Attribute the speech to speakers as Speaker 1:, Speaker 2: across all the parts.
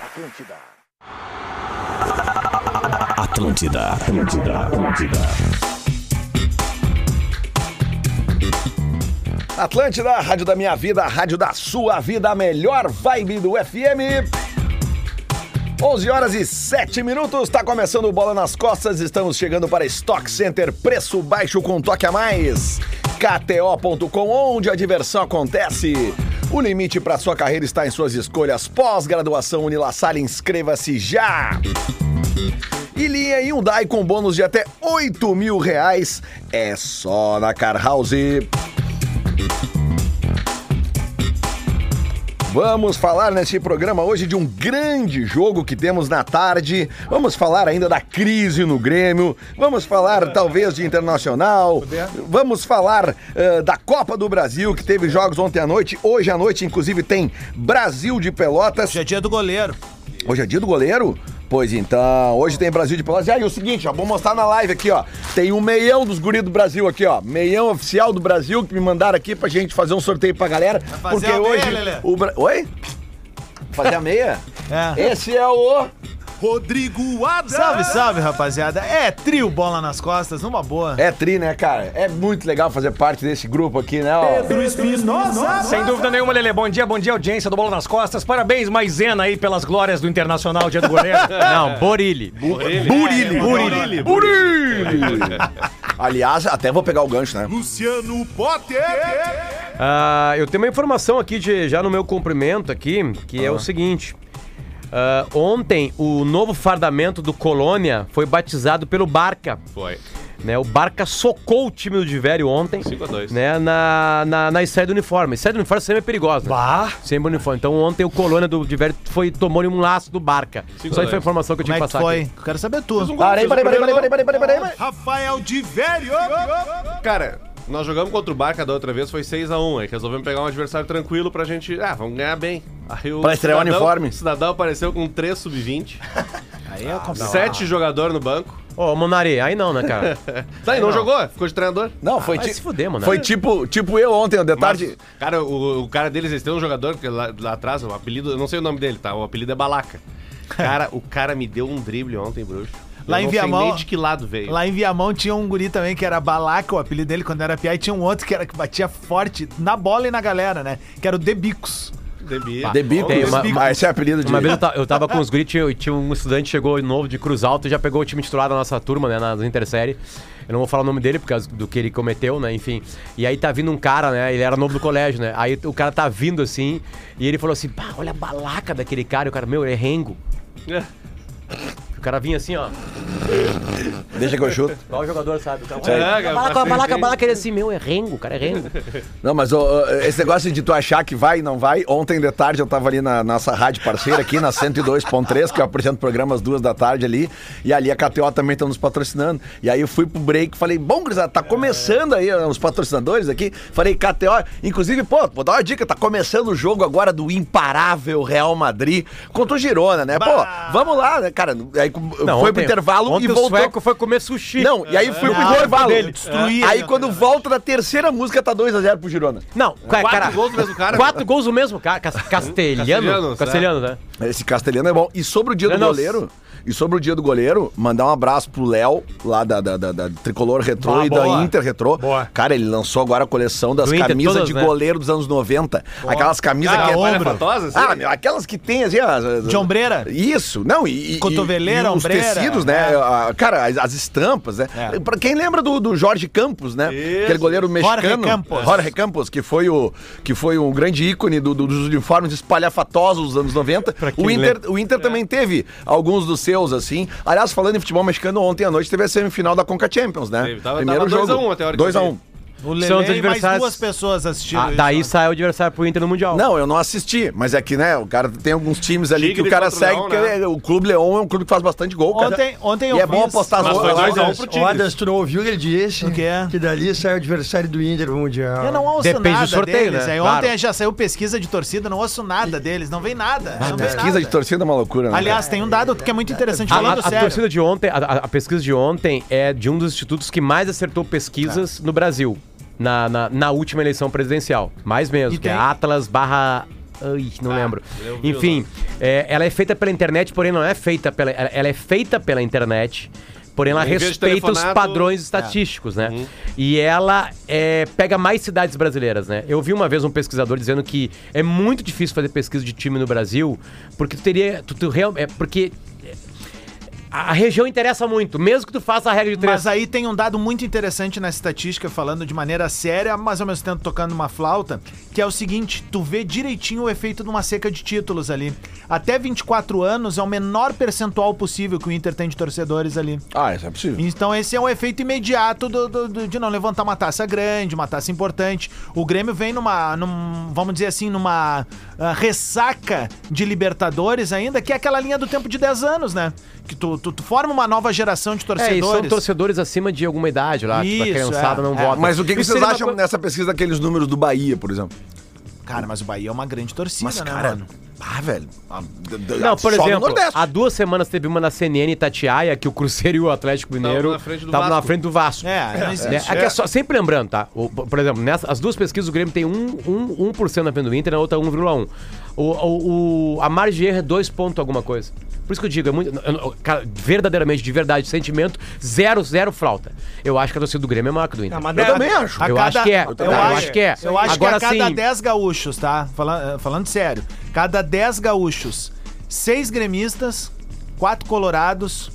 Speaker 1: Atlântida.
Speaker 2: Atlântida, Atlântida, Atlântida.
Speaker 1: Atlântida, a rádio da minha vida, a rádio da sua vida, a melhor vibe do FM. 11 horas e 7 minutos, tá começando o Bola nas Costas, estamos chegando para Stock Center, preço baixo com toque a mais. KTO.com, onde a diversão acontece. O limite para sua carreira está em suas escolhas. Pós-graduação Unilassalle, inscreva-se já. E linha Hyundai com bônus de até 8 mil reais. É só na Car House. Vamos falar nesse programa hoje de um grande jogo que temos na tarde. Vamos falar ainda da crise no Grêmio. Vamos falar talvez de internacional. Vamos falar eh, da Copa do Brasil que teve jogos ontem à noite. Hoje à noite, inclusive, tem Brasil de Pelotas.
Speaker 3: Hoje é dia do goleiro.
Speaker 1: Hoje é dia do goleiro? Pois então, hoje tem Brasil de Pelotas. E aí, o seguinte, ó, vou mostrar na live aqui, ó. Tem um meião dos guris do Brasil aqui, ó. Meião oficial do Brasil que me mandaram aqui pra gente fazer um sorteio pra galera. porque
Speaker 3: fazer a meia,
Speaker 1: hoje.
Speaker 3: Lelê?
Speaker 1: o Bra- Oi? Fazer a meia?
Speaker 3: É.
Speaker 1: Esse é o.
Speaker 3: Rodrigo Adams. Salve, salve, rapaziada. É trio bola nas costas, numa boa.
Speaker 1: É tri, né, cara? É muito legal fazer parte desse grupo aqui, né? Ó.
Speaker 4: Sem dúvida nenhuma, Lele. Bom dia, bom dia, audiência do Bola nas Costas. Parabéns, Maisena, aí, pelas glórias do Internacional Dia do Goleiro.
Speaker 5: Não, Borilli.
Speaker 1: Burilli. Burilli. Burilli. Aliás, até vou pegar o gancho, né?
Speaker 3: Luciano Potter.
Speaker 5: Ah, eu tenho uma informação aqui, de- já no meu cumprimento aqui, que é o seguinte. Ah, ontem, o novo fardamento do Colônia foi batizado pelo Barca.
Speaker 6: Foi.
Speaker 5: né? O Barca socou o time do Diverio ontem.
Speaker 6: 5 a 2.
Speaker 5: Né, na, na, na estreia do uniforme. Estreia do uniforme sempre é perigosa. né?
Speaker 4: Bah.
Speaker 5: Sempre uniforme. Então ontem o Colônia do Diverio foi, tomou um laço do Barca.
Speaker 6: Cinco
Speaker 5: Só
Speaker 6: a
Speaker 5: isso foi a
Speaker 6: dois.
Speaker 5: informação que eu
Speaker 3: Como
Speaker 5: tinha
Speaker 3: é
Speaker 5: que
Speaker 3: que
Speaker 5: passar
Speaker 3: foi?
Speaker 5: aqui.
Speaker 3: Eu quero saber tudo.
Speaker 1: Parei, parei, parei, parei, parei, parei, parei, parei.
Speaker 3: um Rafael de Velho.
Speaker 6: Cara, nós jogamos contra o Barca da outra vez, foi 6x1. Aí resolvemos pegar um adversário tranquilo pra gente. Ah, vamos ganhar bem. Aí o
Speaker 1: Pra estrear o uniforme.
Speaker 6: O cidadão apareceu com 3 sub-20,
Speaker 3: Aí eu compro.
Speaker 6: 7 jogadores no banco.
Speaker 5: Ô, Monari, aí não, né, cara?
Speaker 6: Tá, e não, jogou? Ficou de treinador.
Speaker 1: Não, foi,
Speaker 5: vai
Speaker 1: ti-
Speaker 5: se fuder, mano.
Speaker 1: foi tipo, tipo eu ontem, de
Speaker 6: Mas,
Speaker 1: tarde.
Speaker 6: cara, o, o cara deles, eles têm um jogador que lá, lá atrás, o apelido, eu não sei o nome dele, tá? O apelido é Balaca. Cara, o cara me deu um drible ontem, bruxo.
Speaker 3: Lá
Speaker 6: eu
Speaker 3: em
Speaker 6: não
Speaker 3: Viamão-
Speaker 6: sei nem de que lado veio.
Speaker 3: Lá em Viamão tinha um guri também que era Balaca, o apelido dele quando era piá, e tinha um outro que era que batia forte na bola e na galera, né? Que era o Debicos.
Speaker 6: Debi.
Speaker 1: The Beep.
Speaker 5: Ah, Tem uma-
Speaker 1: Mas esse é apelido de.
Speaker 5: Uma vez eu, ta- eu tava com os guri, tinha, tinha um estudante chegou novo de Cruz Alta, já pegou o time titular da nossa turma, né, na intersérie. Eu não vou falar o nome dele por causa do que ele cometeu, né, enfim. E aí tá vindo um cara, né, ele era novo do colégio, né, aí o cara tá vindo assim, e ele falou assim, pá, olha a balaca daquele cara, e o cara, meu, ele é rengo. O cara vinha assim, ó,
Speaker 1: Deixa que eu chuto.
Speaker 5: igual o jogador, sabe? O cara,
Speaker 1: Sei.
Speaker 5: "Olha, a balaca, a balaca, a balaca, ele é assim, meu, é rengo, o cara é rengo.
Speaker 1: Não, mas ô, ô, esse negócio de tu achar que vai e não vai, ontem de tarde eu tava ali na nossa rádio parceira aqui, na 102.3, que eu apresento programa às duas da tarde ali, e ali a KTO também tá nos patrocinando. E aí eu fui pro break, falei, bom, gurizada, tá começando aí ó, os patrocinadores aqui. Falei, KTO, inclusive, pô, vou dar uma dica, tá começando o jogo agora do imparável Real Madrid contra o Girona, né? Pô, vamos lá, né, cara? Aí foi pro
Speaker 5: ontem-
Speaker 1: intervalo
Speaker 5: ontem
Speaker 1: e
Speaker 5: o
Speaker 1: voltou.
Speaker 5: sueco foi comer sushi.
Speaker 1: Não, e aí fui pro
Speaker 3: Ah,
Speaker 1: intervalo.
Speaker 3: dele. Destruía.
Speaker 1: Aí quando volta na terceira música tá 2x0 pro Girona.
Speaker 5: Não, cara,
Speaker 6: Quatro
Speaker 5: cara,
Speaker 6: gols do mesmo cara.
Speaker 5: Quatro gols do mesmo cara, cas- castelhano,
Speaker 6: Castelhanos,
Speaker 5: castelhano, né?
Speaker 1: Esse castelhano é bom. E sobre o dia do
Speaker 5: Não, não.
Speaker 1: goleiro, e sobre o dia do goleiro, mandar um abraço pro Léo, lá da, da, da- da Tricolor Retrô
Speaker 5: Boa,
Speaker 1: e da
Speaker 5: boa.
Speaker 1: Inter Retrô.
Speaker 5: Boa.
Speaker 1: Cara, ele lançou agora a coleção das
Speaker 5: Do Inter,
Speaker 1: camisas
Speaker 5: todas,
Speaker 1: de
Speaker 5: né?
Speaker 1: goleiro dos anos 90. Aquelas camisas
Speaker 6: Cara,
Speaker 1: que é
Speaker 6: olha
Speaker 3: ombro.
Speaker 6: fatosas,
Speaker 1: Ah,
Speaker 6: assim.
Speaker 1: meu, aquelas que tem assim, as, as-
Speaker 3: De ombreira?
Speaker 1: Isso, não, e. e-
Speaker 3: Cotoveleira,
Speaker 1: e os
Speaker 3: ombreira,
Speaker 1: tecidos, né?
Speaker 3: é.
Speaker 1: A- Cara, as, as estampas, né?
Speaker 3: É.
Speaker 1: Pra quem lembra do, do Jorge Campos, né? Aquele goleiro mexicano.
Speaker 3: Jorge Campos.
Speaker 1: Jorge Campos, que foi o, que foi um grande ícone do- do- dos uniformes espalhafatosos dos anos 90. O Inter, o Inter
Speaker 6: É.
Speaker 1: também teve alguns dos seus, assim. Aliás, falando em futebol mexicano, ontem à noite teve a semifinal da Conca Champions, né?
Speaker 6: Teve, tava- tava 2 a 1 até a hora que eu
Speaker 1: 2 a
Speaker 6: vi.
Speaker 1: 1
Speaker 3: O
Speaker 5: São
Speaker 3: Lelê
Speaker 5: os
Speaker 3: e mais
Speaker 5: adversários-
Speaker 3: duas pessoas assistiram.
Speaker 5: Ah,
Speaker 3: isso,
Speaker 5: daí
Speaker 3: né?
Speaker 5: saiu o adversário pro Inter no Mundial.
Speaker 1: Não, eu não assisti, mas é que, né, o cara tem alguns times ali
Speaker 6: Tigre
Speaker 1: que o cara
Speaker 6: contra o
Speaker 1: segue,
Speaker 6: Leão,
Speaker 1: porque
Speaker 6: né?
Speaker 1: o Clube Leão é um clube que faz bastante gol, cara.
Speaker 3: Ontem, ontem eu
Speaker 1: E é bom
Speaker 3: fiz-
Speaker 1: apostar as
Speaker 6: Mas foi
Speaker 1: bolas.
Speaker 5: um.
Speaker 6: 2 a 1
Speaker 1: Elas-
Speaker 6: pro
Speaker 7: Ô,
Speaker 6: Tigres.
Speaker 7: Adams, tu não ouviu o que ele disse?
Speaker 3: O quê?
Speaker 7: Que dali sai o adversário do Inter pro Mundial.
Speaker 3: Eu não ouço
Speaker 5: Depende do
Speaker 3: nada
Speaker 5: sorteio,
Speaker 3: deles.
Speaker 5: né?
Speaker 3: Aí
Speaker 5: Claro.
Speaker 3: Ontem já saiu pesquisa de torcida, não ouço nada deles, não vem nada.
Speaker 5: Ah,
Speaker 3: não vem
Speaker 1: Pesquisa
Speaker 3: nada.
Speaker 1: de torcida é uma loucura, né?
Speaker 3: Aliás, tem um dado que é muito interessante,
Speaker 5: A,
Speaker 3: falando
Speaker 5: a- a
Speaker 3: sério.
Speaker 5: torcida é de ontem, a, a- a pesquisa de ontem é de um dos institutos que mais acertou pesquisas
Speaker 6: Tá.
Speaker 5: no Brasil. Na, na, na última eleição presidencial. Mais mesmo,
Speaker 3: E
Speaker 5: que é
Speaker 3: tem-
Speaker 5: Atlas barra Ai, não lembro.
Speaker 6: Ah, eu vi o
Speaker 5: Enfim, é, ela é feita pela internet, porém não é feita pela. Ela ela é feita pela internet. Porém, ela
Speaker 6: Em vez de é. Uhum.
Speaker 5: respeita os
Speaker 6: telefonar, tu-
Speaker 5: padrões estatísticos, né? E ela é, pega mais cidades brasileiras, né? Eu vi uma vez um pesquisador dizendo que é muito difícil fazer pesquisa de time no Brasil, porque tu teria. Tu, tu real- é, porque a a região interessa muito, mesmo que tu faça a regra de três.
Speaker 3: Mas aí tem um dado muito interessante na estatística, falando de maneira séria, mas ao mesmo tempo tocando uma flauta, que é o seguinte: tu vê direitinho o efeito de uma seca de títulos ali. Até 24 anos é o menor percentual possível que o Inter tem de torcedores ali.
Speaker 1: Ah, isso é possível.
Speaker 3: Então esse é um efeito imediato do- do- do- de não levantar uma taça grande, uma taça importante. O Grêmio vem numa, num- vamos dizer assim, numa ah, ressaca de Libertadores ainda, que é aquela linha do tempo de 10 anos, né? Que tu, tu- tu forma uma nova geração de
Speaker 5: É, e
Speaker 3: torcedores.
Speaker 5: são torcedores acima de alguma idade lá, tipo,
Speaker 3: Isso,
Speaker 5: a criançada
Speaker 3: é,
Speaker 5: não
Speaker 3: é.
Speaker 5: vota.
Speaker 1: Mas o que, que
Speaker 5: Isso
Speaker 1: vocês
Speaker 5: seria uma
Speaker 1: acham né?
Speaker 5: coisa-
Speaker 1: nessa pesquisa daqueles números do Bahia, por exemplo?
Speaker 3: Cara, mas o Bahia é uma grande torcida,
Speaker 1: Mas,
Speaker 3: né,
Speaker 1: cara,
Speaker 3: mano?
Speaker 1: ah, velho. ah, d- d-
Speaker 5: Não, por
Speaker 1: só no
Speaker 5: exemplo,
Speaker 1: Nordeste.
Speaker 5: há duas semanas teve uma na CNN Itatiaia que o Cruzeiro e o Atlético Mineiro
Speaker 6: na frente do
Speaker 5: estavam na
Speaker 6: Vasco.
Speaker 5: frente do Vasco.
Speaker 3: É, não
Speaker 5: Né?
Speaker 3: existe.
Speaker 5: Aqui é só, sempre lembrando, tá? O- por exemplo, nessa, as duas pesquisas, o Grêmio tem 1%, um, um, 1 na frente do Inter, na outra 1,1. O, o, o- a margem de erro é 2 pontos alguma coisa. Por isso que eu digo, é muito, eu- eu- cara, verdadeiramente, de verdade, sentimento, zero, zero flauta. Eu acho que a torcida do Grêmio é maior que a do Inter.
Speaker 1: Eu também acho.
Speaker 5: eu acho que é. Eu, acho que é.
Speaker 3: Eu acho
Speaker 5: Agora
Speaker 3: que a cada
Speaker 5: sim,
Speaker 3: 10 gaúchos, tá? Falando, falando sério. Cada 10 gaúchos, 6 gremistas, 4 colorados.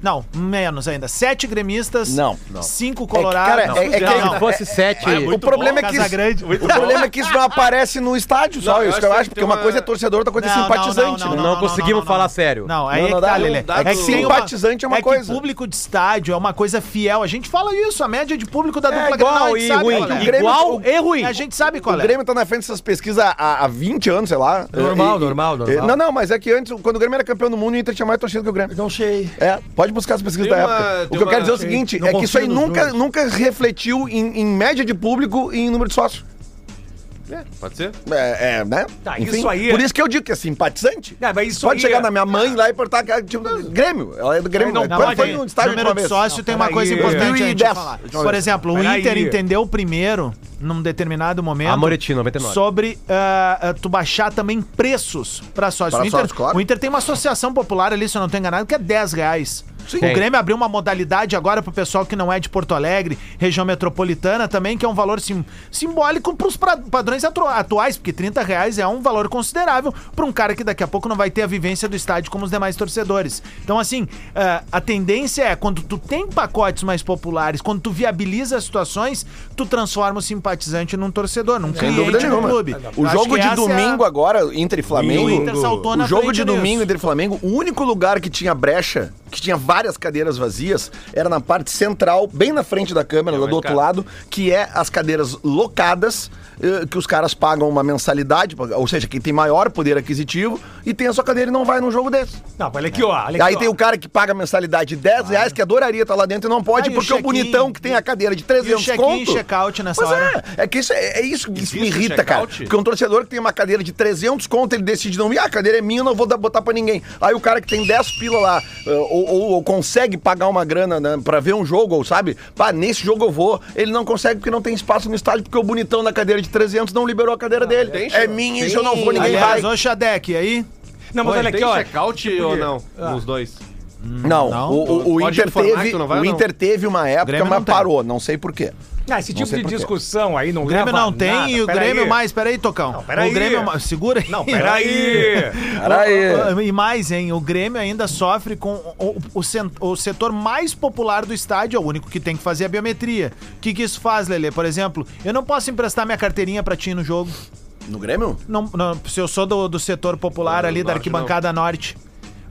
Speaker 3: Não, menos ainda. 7 gremistas,
Speaker 1: Não, não.
Speaker 3: 5
Speaker 1: cara,
Speaker 3: colorados.
Speaker 1: é- é que-
Speaker 3: Não,
Speaker 5: se
Speaker 3: não.
Speaker 5: fosse 7.
Speaker 1: O problema, é que isso,
Speaker 3: Casagrande.
Speaker 1: o problema é que isso não aparece no estádio, só.
Speaker 6: Não, eu
Speaker 1: isso que eu
Speaker 6: acho
Speaker 1: acho,
Speaker 6: que
Speaker 1: porque
Speaker 6: tem
Speaker 1: uma
Speaker 6: uma-
Speaker 1: coisa é torcedor, outra coisa é simpatizante. né?
Speaker 5: não. conseguimos falar sério.
Speaker 3: Não, aí
Speaker 1: Não,
Speaker 3: é
Speaker 1: não
Speaker 3: que
Speaker 1: dá,
Speaker 3: tá,
Speaker 1: não
Speaker 3: Lelê.
Speaker 1: dá,
Speaker 3: É que
Speaker 1: não.
Speaker 3: tem uma-
Speaker 1: Simpatizante é uma
Speaker 3: é
Speaker 1: coisa.
Speaker 3: Que público de estádio é uma coisa fiel. A gente fala isso, a média de público da
Speaker 5: É
Speaker 3: dupla Grenal, a
Speaker 5: igual
Speaker 3: gente
Speaker 5: e
Speaker 3: sabe
Speaker 5: ruim.
Speaker 3: qual é.
Speaker 1: O Grêmio-
Speaker 5: Igual
Speaker 1: o-
Speaker 5: e ruim.
Speaker 3: A gente sabe
Speaker 1: O
Speaker 3: qual é.
Speaker 1: Grêmio tá na frente dessas pesquisas há, há 20 anos, sei lá.
Speaker 5: Normal, normal, normal.
Speaker 1: Não, não, mas é que antes, quando o Grêmio era campeão do mundo, o Inter tinha mais torcida que o Grêmio.
Speaker 7: Não sei.
Speaker 1: É, pode buscar as pesquisas
Speaker 6: Tem
Speaker 1: da
Speaker 6: uma-
Speaker 1: época. O
Speaker 6: tem
Speaker 1: que eu quero
Speaker 6: uma-
Speaker 1: dizer é o seguinte,
Speaker 7: Não
Speaker 1: é que isso aí
Speaker 7: confio nos
Speaker 1: nunca,
Speaker 7: números.
Speaker 1: nunca refletiu em, em média de público e em número de sócios.
Speaker 6: Pode ser?
Speaker 1: É, é, né?
Speaker 4: Tá, isso aí é-
Speaker 1: Por isso que eu digo que é simpatizante.
Speaker 4: É, mas isso
Speaker 1: pode
Speaker 4: aí
Speaker 1: chegar
Speaker 4: é-
Speaker 1: na minha mãe lá e perguntar que é tipo do Grêmio. Ela é do Grêmio.
Speaker 4: Não,
Speaker 1: né?
Speaker 4: não,
Speaker 1: Quando
Speaker 4: mas
Speaker 1: foi
Speaker 4: tem
Speaker 1: no estádio
Speaker 3: número
Speaker 1: uma
Speaker 3: de
Speaker 1: vez.
Speaker 3: sócio tem uma
Speaker 4: peraí.
Speaker 3: coisa importante a gente
Speaker 1: 2010.
Speaker 3: falar. Por exemplo, o
Speaker 4: Peraí.
Speaker 3: Inter entendeu primeiro, num determinado momento,
Speaker 5: A Moretti, 99.
Speaker 3: sobre ah, ah, tu baixar também preços para sócios.
Speaker 1: Pra
Speaker 3: O Inter,
Speaker 1: sócios, claro.
Speaker 3: o Inter tem uma associação popular ali, se eu não estou enganado, que é 10 reais.
Speaker 5: Tem.
Speaker 3: O Grêmio abriu uma modalidade agora pro pessoal que não é de Porto Alegre, região metropolitana também, que é um valor sim, simbólico pros pra- padrões atro- atuais, porque 30 reais é um valor considerável para um cara que daqui a pouco não vai ter a vivência do estádio como os demais torcedores. Então, assim, ah, a tendência é quando tu tem pacotes mais populares, quando tu viabiliza as situações, tu transforma o simpatizante num torcedor, num
Speaker 1: Sem
Speaker 3: cliente
Speaker 1: dúvida
Speaker 3: do
Speaker 1: nenhuma.
Speaker 3: clube.
Speaker 1: O
Speaker 3: Eu acho
Speaker 1: jogo de
Speaker 3: que essa é a-
Speaker 1: domingo agora, Inter e Flamengo.
Speaker 3: E o Inter saltou na
Speaker 1: o jogo
Speaker 3: frente
Speaker 1: de
Speaker 3: nisso.
Speaker 1: domingo, Inter e Flamengo, o único lugar que tinha brecha, que tinha várias cadeiras vazias, era na parte central, bem na frente da câmera, lá do
Speaker 6: mais
Speaker 1: outro
Speaker 6: caro.
Speaker 1: lado, que é as cadeiras locadas, eh, que os caras pagam uma mensalidade, ou seja, quem tem maior poder aquisitivo, e tem a sua cadeira e não vai num jogo desse.
Speaker 4: Não, olha aqui, ó. Olha aqui,
Speaker 1: Aí
Speaker 4: ó.
Speaker 1: tem um o cara que paga mensalidade de 10 reais, que adoraria estar lá dentro e não pode,
Speaker 3: Ah, e o
Speaker 1: porque o
Speaker 3: check-in?
Speaker 1: bonitão que tem a cadeira de 300
Speaker 3: um check-in,
Speaker 1: conto...
Speaker 3: check-out nessa
Speaker 1: um Pois
Speaker 3: hora?
Speaker 1: É, é que isso, é, é isso que isso me
Speaker 6: Existe
Speaker 1: irrita, cara.
Speaker 6: check-out?
Speaker 1: Porque um torcedor que tem uma cadeira de 300 conto, ele decide não ir, ah, a cadeira é minha, eu não vou dar, botar pra ninguém. Aí o cara que tem 10 pila lá, eh, ou, ou- ou consegue pagar uma grana né, pra ver um jogo, ou sabe, pá, nesse jogo eu vou, ele não consegue porque não tem espaço no estádio, porque o bonitão da cadeira de 300 não liberou a cadeira dele.
Speaker 6: tem
Speaker 1: é
Speaker 6: check-out.
Speaker 1: minha, isso eu não vou, ninguém vai.
Speaker 3: Aliás, ô Xadec, e aí?
Speaker 4: Não, mas olha
Speaker 6: Tem
Speaker 4: aqui, ó.
Speaker 6: check-out ou não? Nos dois.
Speaker 1: Não,
Speaker 3: Não?
Speaker 1: o, o- o
Speaker 6: Pode
Speaker 1: Inter,
Speaker 6: informar que
Speaker 1: teve,
Speaker 6: tu não vai
Speaker 1: o
Speaker 6: ou não?
Speaker 1: Inter teve uma época,
Speaker 3: Grêmio
Speaker 1: mas
Speaker 3: não tem.
Speaker 1: parou, não sei porquê.
Speaker 4: Ah, esse
Speaker 1: Não
Speaker 4: tipo
Speaker 1: sei
Speaker 4: de
Speaker 1: por quê.
Speaker 4: discussão aí não
Speaker 3: O Grêmio
Speaker 4: leva
Speaker 3: não tem
Speaker 4: nada.
Speaker 3: e o
Speaker 4: Pera
Speaker 3: Grêmio
Speaker 4: aí.
Speaker 3: mais. Peraí, Tocão.
Speaker 4: Não, peraí.
Speaker 3: O Grêmio mais. Segura aí.
Speaker 4: Não, peraí.
Speaker 1: Caralho.
Speaker 3: E mais, hein? O Grêmio ainda sofre com o, o- o cen- o setor mais popular do estádio, é o único que tem que fazer a biometria. O que, que isso faz, Lelê? Por exemplo, eu não posso emprestar minha carteirinha pra ti no jogo.
Speaker 1: No Grêmio?
Speaker 3: Não- não, se eu sou do, do setor popular
Speaker 6: Do
Speaker 3: ali, da
Speaker 6: norte,
Speaker 3: arquibancada norte.